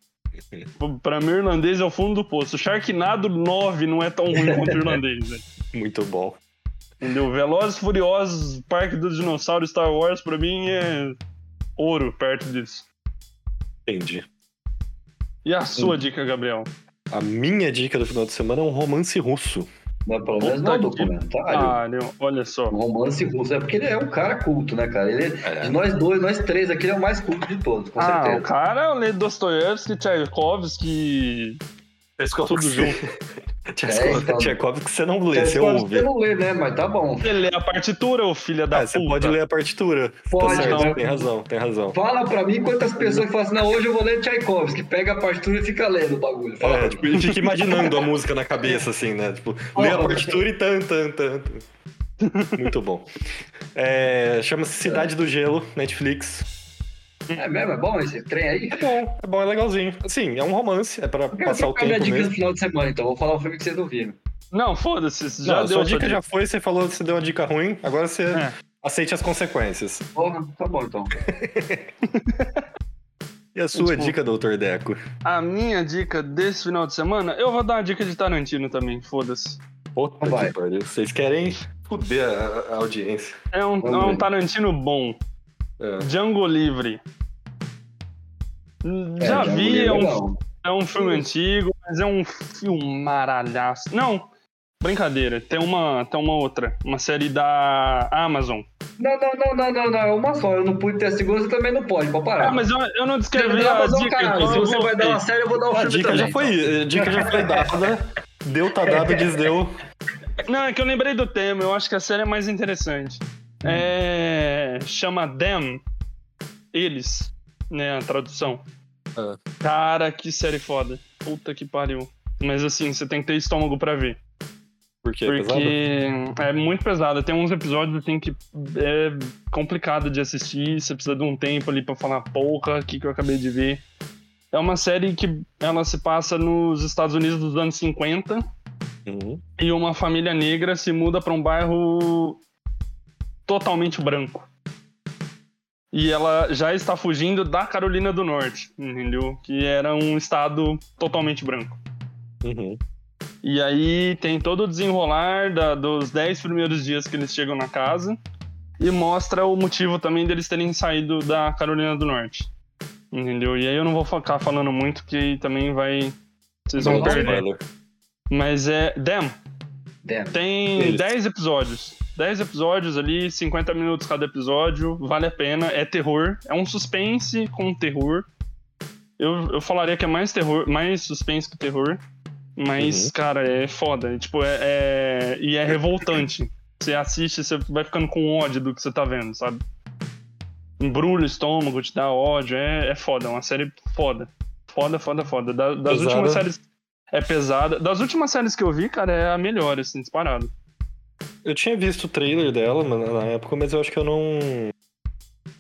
Speaker 3: Pra mim, o irlandês é o fundo do poço. Sharknado 9 não é tão ruim quanto o irlandês, velho.
Speaker 1: Muito bom.
Speaker 3: Entendeu? Velozes, Furiosos, Parque dos Dinossauros, Star Wars, pra mim é ouro perto disso.
Speaker 1: Entendi.
Speaker 3: E a sua dica, Gabriel?
Speaker 1: A minha dica do final de semana é um romance russo.
Speaker 2: Mas pelo menos não é um
Speaker 3: Puta que
Speaker 2: documentário.
Speaker 3: Ah, não, olha só.
Speaker 2: Um romance russo. É porque ele é um cara culto, né, cara? Ele, De nós dois, nós três aqui, ele é o mais culto de todos, com
Speaker 3: É. ah, o
Speaker 2: certeza.
Speaker 3: cara lê Dostoiévski, Tchaikovsky.
Speaker 1: Tchekov,
Speaker 3: Tudo
Speaker 2: É, então.
Speaker 1: Tchekov que você não lê,
Speaker 2: Você
Speaker 1: você
Speaker 2: pode- você
Speaker 1: ouve.
Speaker 2: não lê, né? Mas tá bom.
Speaker 3: Você lê é a partitura, ô filha da
Speaker 1: Ah, você
Speaker 3: puta.
Speaker 1: pode ler a partitura.
Speaker 2: Pode,
Speaker 1: tá certo,
Speaker 2: então.
Speaker 1: tem razão, tem razão.
Speaker 2: Fala pra mim quantas pessoas falam assim, não, hoje eu vou ler Tchaikovsky. Pega a partitura e fica lendo o bagulho. Fala pra
Speaker 1: É,
Speaker 2: mim.
Speaker 1: tipo, ele fica imaginando a música na cabeça, assim, né? Tipo, lê a partitura e tan, tan, tan. tan. Muito bom. É, Chama-se Cidade do Gelo, Netflix.
Speaker 2: É mesmo? É bom esse trem aí?
Speaker 1: É bom, é bom, é legalzinho. Sim, é um romance, é pra
Speaker 2: Eu quero
Speaker 1: passar o
Speaker 2: trocar minha
Speaker 1: tempo
Speaker 2: dica
Speaker 1: mesmo.
Speaker 2: no final de semana, então. Vou falar um filme que vocês não viram.
Speaker 3: Não, foda-se,
Speaker 1: Já
Speaker 3: já
Speaker 1: não,
Speaker 3: deu
Speaker 1: sua dica já foi, você falou que você deu uma dica ruim, agora você
Speaker 3: É.
Speaker 1: aceite as consequências.
Speaker 2: Porra, tá bom, então.
Speaker 1: E a sua
Speaker 3: Tipo-
Speaker 1: dica, doutor Deco?
Speaker 3: A minha dica desse final de semana, eu vou dar a dica de Tarantino também, foda-se.
Speaker 1: Puta
Speaker 2: Vai.
Speaker 1: que pariu, vocês querem fuder a, a audiência.
Speaker 3: É um,
Speaker 2: Vamos
Speaker 3: é um
Speaker 2: ver.
Speaker 3: Tarantino bom.
Speaker 1: É.
Speaker 3: Django Livre. Já
Speaker 2: É,
Speaker 3: vi,
Speaker 2: mulher
Speaker 3: é um,
Speaker 2: legal.
Speaker 3: é um filme antigo, mas é um filmaralhaço. Não, brincadeira, tem uma, tem uma outra, uma série da Amazon.
Speaker 2: Não, não, não, não, não, não. É uma só. Eu não pude ter a segunda, você também não pode. Pode parar.
Speaker 3: Ah, mas eu, eu não
Speaker 2: Você vai
Speaker 3: descrevi
Speaker 2: dar
Speaker 3: a
Speaker 2: pra dar um
Speaker 3: dica.
Speaker 2: caralho.
Speaker 3: então
Speaker 2: Se
Speaker 3: eu
Speaker 2: você
Speaker 3: vou-
Speaker 2: vai dar uma série, eu vou dar um
Speaker 1: A
Speaker 2: filme
Speaker 1: dica
Speaker 2: também.
Speaker 1: já foi, a dica já foi dada. Deu, tá dado, desdeu.
Speaker 3: Não, é que eu lembrei do tema, eu acho que a série é mais interessante. É... Chama Them, Eles. né? A tradução.
Speaker 4: Ah.
Speaker 3: Cara, que série foda. Puta que pariu. Mas assim, você tem que ter estômago pra ver.
Speaker 4: Porque, pesado?
Speaker 3: Porque é muito pesada. Tem uns episódios assim que é complicado de assistir. Você precisa de um tempo ali pra falar, porra, o que, que eu acabei de ver. É uma série que ela se passa nos Estados Unidos dos anos 50
Speaker 4: Uhum.
Speaker 3: e uma família negra se muda pra um bairro totalmente branco. E ela já está fugindo da Carolina do Norte, entendeu? Que era um estado totalmente branco.
Speaker 4: Uhum.
Speaker 3: E aí tem todo o desenrolar da- dos 10 primeiros dias que eles chegam na casa e mostra o motivo também deles terem saído da Carolina do Norte. Entendeu? E aí eu não vou focar falando muito, que também vai. Vocês vão
Speaker 2: Não, não,
Speaker 3: perder.
Speaker 4: Spoiler.
Speaker 3: Mas é. Damn,
Speaker 2: Damn.
Speaker 3: tem
Speaker 4: Eles.
Speaker 3: 10 episódios. 10 episódios ali, 50 minutos cada episódio, vale a pena, é terror, é um suspense com terror. Eu, eu falaria que é mais terror, mais suspense que terror, mas,
Speaker 4: Uhum.
Speaker 3: cara, é foda. E, tipo, é, é- E é revoltante. Você assiste, você vai ficando com ódio do que você tá vendo, sabe? Embrulha o estômago, te dá ódio, é, é foda, é uma série foda. Foda, foda, foda. Da- das
Speaker 4: Pesada.
Speaker 3: últimas séries. É pesada. Das últimas séries que eu vi, cara, é a melhor, assim, disparado.
Speaker 1: Eu tinha visto o trailer dela mano, na época, mas eu acho que eu não.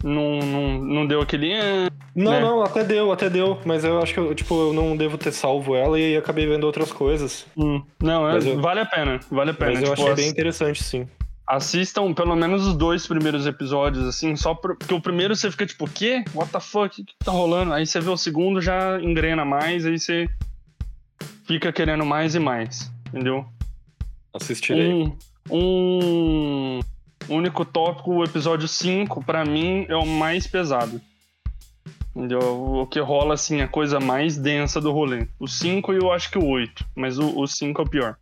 Speaker 3: Não, não, não deu aquele. "Ah",
Speaker 1: Não,
Speaker 3: né?
Speaker 1: não, até deu, até deu. Mas eu acho que eu, tipo, eu não devo ter salvo ela e aí acabei vendo outras coisas.
Speaker 3: Hum. Não, é-
Speaker 1: Mas eu-
Speaker 3: vale a pena. Vale a pena.
Speaker 1: mas eu
Speaker 3: Tipo,
Speaker 1: achei
Speaker 3: ass-
Speaker 1: bem interessante, sim.
Speaker 3: Assistam pelo menos os dois primeiros episódios, assim, só por- porque o primeiro você fica tipo, o quê? What the fuck? O que que tá rolando? Aí você vê o segundo, já engrena mais, aí você fica querendo mais e mais, entendeu?
Speaker 1: Assistirei.
Speaker 4: Hum.
Speaker 3: Um, um único tópico, o episódio 5, pra mim, é o mais pesado. Entendeu? O que rola, assim, é a coisa mais densa do rolê. O 5 e eu acho que o 8, mas o- o 5 é o pior.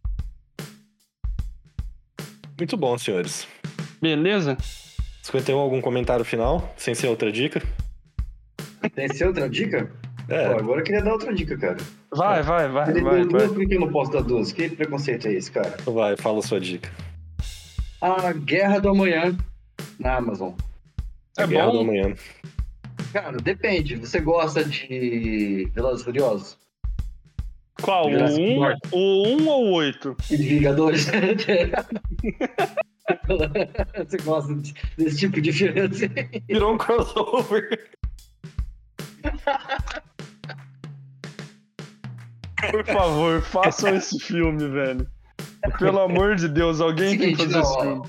Speaker 1: Muito bom, senhores.
Speaker 3: Beleza?
Speaker 1: 51, algum comentário final? Sem ser outra dica?
Speaker 2: Tem ser outra dica? Pô,
Speaker 1: É.
Speaker 2: agora eu queria dar outra dica, cara.
Speaker 3: Vai, vai, vai,
Speaker 2: Ele
Speaker 3: vai,
Speaker 2: deu duas,
Speaker 3: vai.
Speaker 2: por que eu não posso dar duas? Que preconceito é esse, cara?
Speaker 1: então Vai, fala a sua dica.
Speaker 2: A Guerra do Amanhã na Amazon.
Speaker 3: É
Speaker 1: Tá Guerra do
Speaker 3: bom,
Speaker 1: Amanhã.
Speaker 2: Cara, depende. Você gosta de Velozes e Furiosos?
Speaker 3: Qual? O
Speaker 2: Jurassic
Speaker 3: 1
Speaker 2: Park.
Speaker 3: o um ou o 8?
Speaker 2: E de Vingadores? Você gosta de- desse tipo de filme assim?
Speaker 1: Virou um crossover.
Speaker 3: Por favor, façam esse filme, velho. Pelo amor de Deus, alguém
Speaker 2: Seguinte,
Speaker 3: tem que fazer
Speaker 2: não,
Speaker 3: esse
Speaker 2: ó,
Speaker 3: filme.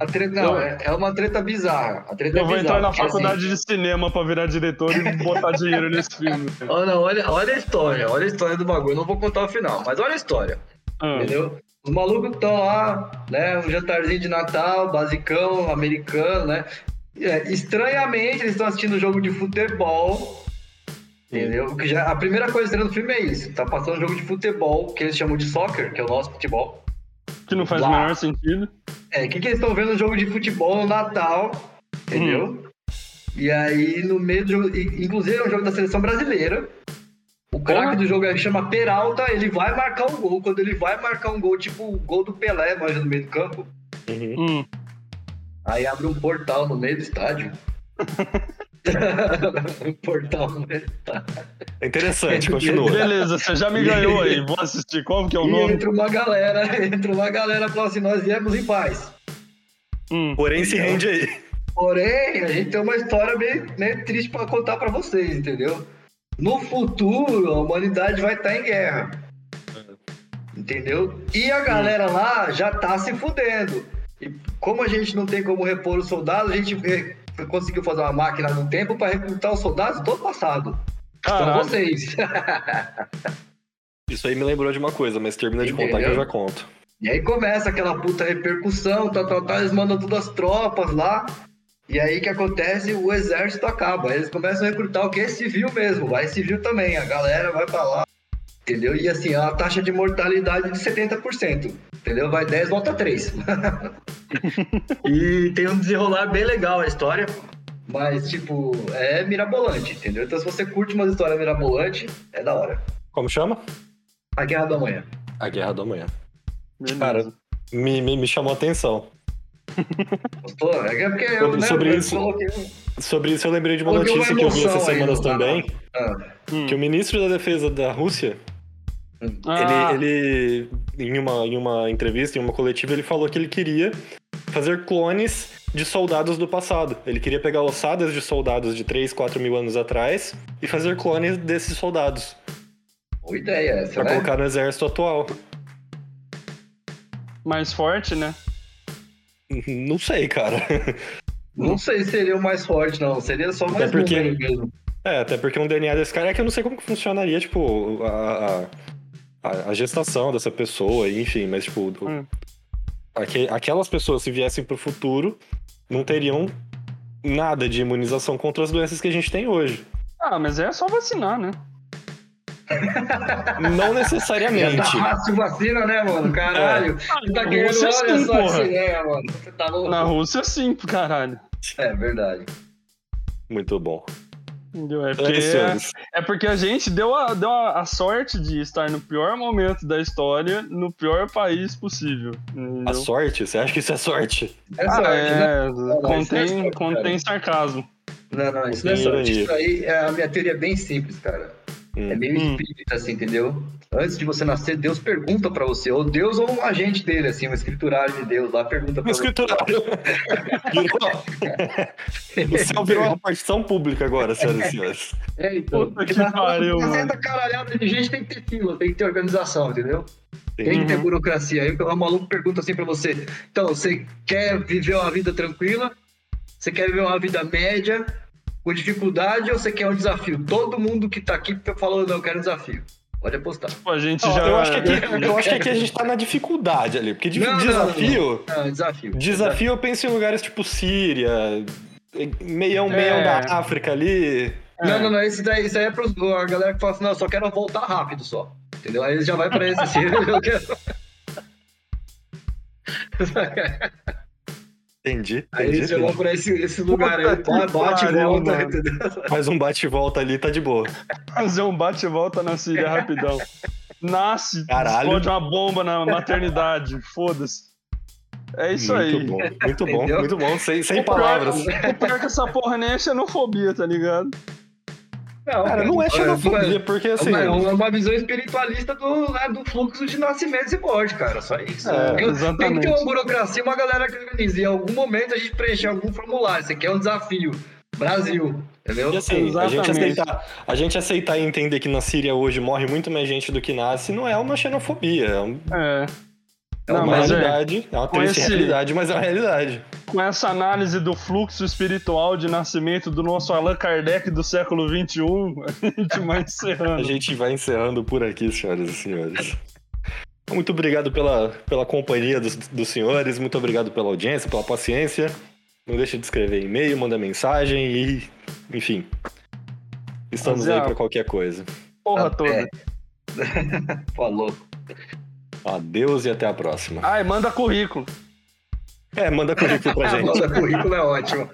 Speaker 2: A treta,
Speaker 3: Eu-
Speaker 2: não, é, é uma treta bizarra. A treta
Speaker 3: Eu
Speaker 2: é
Speaker 3: vou entrar
Speaker 2: bizarra,
Speaker 3: na
Speaker 2: porque, assim,
Speaker 3: faculdade de cinema pra virar diretor e botar dinheiro nesse filme. velho.
Speaker 2: Olha, olha, olha a história, olha a história do bagulho. Eu não vou contar o final, mas olha a história,
Speaker 3: Ah,
Speaker 2: entendeu? Os malucos estão lá, né? Um jantarzinho de Natal, basicão, americano, né? E, é, estranhamente, eles estão assistindo um jogo de futebol. Entendeu? O Que já, a primeira coisa estranha do filme é isso. Tá passando um jogo de futebol, que eles chamam de soccer, que é o nosso futebol.
Speaker 3: que não faz o
Speaker 2: Uau.
Speaker 3: menor sentido.
Speaker 2: É, o que, que eles estão vendo um jogo de futebol no Natal, entendeu? E aí, no meio do jogo, e- inclusive é um jogo da seleção brasileira. O craque do jogo ele chama Peralta, ele vai marcar um gol. Quando ele vai marcar um gol, tipo o gol do Pelé, manja no meio do campo,
Speaker 1: Uhum.
Speaker 3: Hum,
Speaker 2: aí abre um portal no meio do estádio. um portal no meio do estádio.
Speaker 1: É interessante, continua.
Speaker 3: beleza, você já me ganhou aí. Vou assistir. Qual que é o
Speaker 2: E
Speaker 3: nome?
Speaker 2: entra uma galera, entra uma galera e fala assim: nós viemos em paz.
Speaker 3: Hum,
Speaker 1: Porém, se rende aí.
Speaker 2: Porém, a gente tem uma história meio, meio triste pra contar pra vocês, entendeu? No futuro, a humanidade vai estar em guerra. Entendeu? E a galera lá já tá se fudendo. E como a gente não tem como repor os soldados, a gente re- conseguiu fazer uma máquina no tempo pra recrutar os soldados do passado. São
Speaker 3: caralho.
Speaker 2: vocês.
Speaker 1: Isso aí me lembrou de uma coisa, mas termina de contar que eu já conto.
Speaker 2: E aí começa aquela puta repercussão, tal, tal, tal, eles mandam todas as tropas lá. E aí que acontece, o exército acaba. Eles começam a recrutar o que? Civil mesmo, vai civil também, a galera vai pra lá. Entendeu? E assim, a taxa de mortalidade é de 70%. Entendeu? Vai 10, volta 3. e tem um desenrolar bem legal a história. Mas, tipo, é mirabolante, entendeu? Então, se você curte uma história mirabolante, é da hora.
Speaker 1: Como chama?
Speaker 2: A Guerra da Manhã.
Speaker 1: A Guerra do Amanhã.
Speaker 3: Beleza.
Speaker 1: Cara, me, me, me chamou a atenção.
Speaker 2: Gostou? É porque
Speaker 1: Sobre-
Speaker 2: eu lembro,
Speaker 1: sobre
Speaker 2: eu
Speaker 1: isso-
Speaker 2: coloquei- um-
Speaker 1: Sobre isso eu lembrei de uma
Speaker 2: coloquei
Speaker 1: notícia que eu vi
Speaker 2: emoção
Speaker 1: essas
Speaker 2: aí
Speaker 1: semanas
Speaker 2: no
Speaker 1: também,
Speaker 2: canal. Ah,
Speaker 1: que o ministro da defesa da Rússia,
Speaker 3: Hum. Ah,
Speaker 1: ele, ele em, uma, em uma entrevista, em uma coletiva, ele falou que ele queria fazer clones de soldados do passado. Ele queria pegar ossadas de soldados de 3, 4 mil anos atrás e fazer clones desses soldados
Speaker 2: boa ideia essa,
Speaker 1: pra
Speaker 2: né?
Speaker 1: colocar no exército atual.
Speaker 3: mais forte, né?
Speaker 1: Não sei, cara.
Speaker 2: Não sei se seria o mais forte, não. Seria só mais
Speaker 1: porque-
Speaker 2: número mesmo.
Speaker 1: É, até porque um DNA desse cara é que eu não sei como que funcionaria, tipo, a, a- a, a gestação dessa pessoa, enfim, mas, tipo, o-
Speaker 3: Hum.
Speaker 1: aque- aquelas pessoas, se viessem pro futuro, não teriam nada de imunização contra as doenças que a gente tem hoje.
Speaker 3: Ah, mas é só vacinar, né?
Speaker 1: Não
Speaker 2: Já
Speaker 3: é
Speaker 2: tá
Speaker 1: necessariamente.
Speaker 2: fácil vacina, né, mano? Caralho. Você tá
Speaker 3: Na
Speaker 2: querendo
Speaker 3: Rússia
Speaker 2: olha
Speaker 3: Ah, é sim,
Speaker 2: só que
Speaker 3: porra.
Speaker 2: ideia, mano. Você tá louco.
Speaker 3: Na Rússia sim, caralho.
Speaker 2: É verdade.
Speaker 1: Muito bom.
Speaker 3: Entendeu? É
Speaker 1: É,
Speaker 3: porque,
Speaker 1: senhores.
Speaker 3: é porque a gente deu, a, deu a, a sorte de estar no pior momento da história, no pior país possível. entendeu?
Speaker 1: a sorte? Você acha que isso é sorte?
Speaker 2: É
Speaker 3: Ah,
Speaker 2: sorte, né?
Speaker 3: é,
Speaker 2: não, isso é
Speaker 3: contém,
Speaker 2: sorte, cara.
Speaker 3: contém sarcasmo.
Speaker 2: Não, não, isso não é
Speaker 1: Tem
Speaker 2: sorte.
Speaker 1: ironia.
Speaker 2: Isso aí, é- a minha teoria é bem simples, cara.
Speaker 1: Hum.
Speaker 2: É meio
Speaker 3: Hum.
Speaker 2: espírita, assim, entendeu? Antes de você nascer, Deus pergunta pra você, ou Deus ou um agente dele, assim, uma escrituragem de Deus lá pergunta pra você.
Speaker 1: escriturário. Virou. O céu virou uma partição pública agora, senhoras e senhores.
Speaker 2: É, então.
Speaker 3: Puta que
Speaker 2: Porque na-
Speaker 3: pariu,
Speaker 2: na-
Speaker 3: mano.
Speaker 2: na caralhada de gente tem que ter fila, tem que ter organização, entendeu? Tem que ter
Speaker 3: Uhum.
Speaker 2: burocracia. Aí o maluco pergunta assim pra você: então, você quer viver uma vida tranquila? Você quer viver uma vida média, com dificuldade, ou você quer um desafio? Todo mundo que tá aqui falou: não, eu quero um desafio. Pode apostar.
Speaker 3: Pô, A gente
Speaker 1: Ó,
Speaker 3: já.
Speaker 1: eu, acho que aqui, eu acho que aqui a gente tá na dificuldade ali, porque de-
Speaker 2: Não, não,
Speaker 1: desafio.
Speaker 2: Não, Ah, desafio.
Speaker 1: Desafio eu penso em lugares tipo Síria, meião
Speaker 3: É.
Speaker 1: meião da África ali.
Speaker 2: Não, não, não. Esse daí, isso aí é pros, a galera que fala assim: não, eu só quero voltar rápido só. Entendeu? Aí ele já vai pra esse assim. eu quero-
Speaker 1: Entendi.
Speaker 2: Aí eles já vão pra esse, esse lugar aí, Tá,
Speaker 3: Puta
Speaker 2: bate,
Speaker 3: que
Speaker 2: bate e
Speaker 3: pariu,
Speaker 2: volta,
Speaker 3: mano.
Speaker 2: entendeu?
Speaker 1: Faz um bate-volta ali, tá de boa.
Speaker 3: Fazer um bate e volta na Síria rapidão. Nasce,
Speaker 1: Caralho.
Speaker 3: explode uma bomba na maternidade. Foda-se. É isso
Speaker 1: muito
Speaker 3: aí.
Speaker 1: bom, muito bom,
Speaker 2: Entendeu?
Speaker 1: muito bom. Sem, sem
Speaker 3: O pior-
Speaker 1: palavras.
Speaker 3: O pior é que essa porra nem é xenofobia, tá ligado?
Speaker 1: Cara, não é xenofobia, porque assim.
Speaker 2: Não, É uma, uma visão espiritualista do, né, do fluxo de nascimento e morte, cara. Só isso.
Speaker 1: É,
Speaker 2: Tem- Tem que ter uma
Speaker 3: exatamente.
Speaker 2: burocracia, uma galera que organiza. E Em algum momento a gente preencher algum formulário. Isso aqui é um desafio. Brasil. Entendeu?
Speaker 1: E assim, a gente,
Speaker 3: Exatamente.
Speaker 1: aceitar, a gente aceitar e entender que na Síria hoje morre muito mais gente do que nasce não é uma xenofobia, é um-
Speaker 3: É.
Speaker 2: É
Speaker 3: Não,
Speaker 1: uma
Speaker 3: mas é,
Speaker 1: realidade, é uma
Speaker 3: Com
Speaker 1: triste
Speaker 3: esse-
Speaker 1: realidade, mas é uma realidade.
Speaker 3: com essa análise do fluxo espiritual de nascimento do nosso Allan Kardec do século XXI, a gente vai
Speaker 1: A
Speaker 3: encerrando.
Speaker 1: gente vai encerrando por aqui, senhoras e senhores. Então, Muito obrigado pela, pela companhia dos, dos senhores, muito obrigado pela audiência, pela paciência. Não deixa de escrever e-mail, manda mensagem e. Enfim. Estamos aí
Speaker 3: Rapaziada.
Speaker 1: para qualquer coisa.
Speaker 3: Porra
Speaker 1: tá
Speaker 2: Até.
Speaker 3: toda. é-
Speaker 2: Falou.
Speaker 1: Adeus e até a próxima.
Speaker 3: Ai, manda currículo.
Speaker 2: Ah,
Speaker 1: É, manda currículo pra gente.
Speaker 2: Nossa, currículo é ótimo.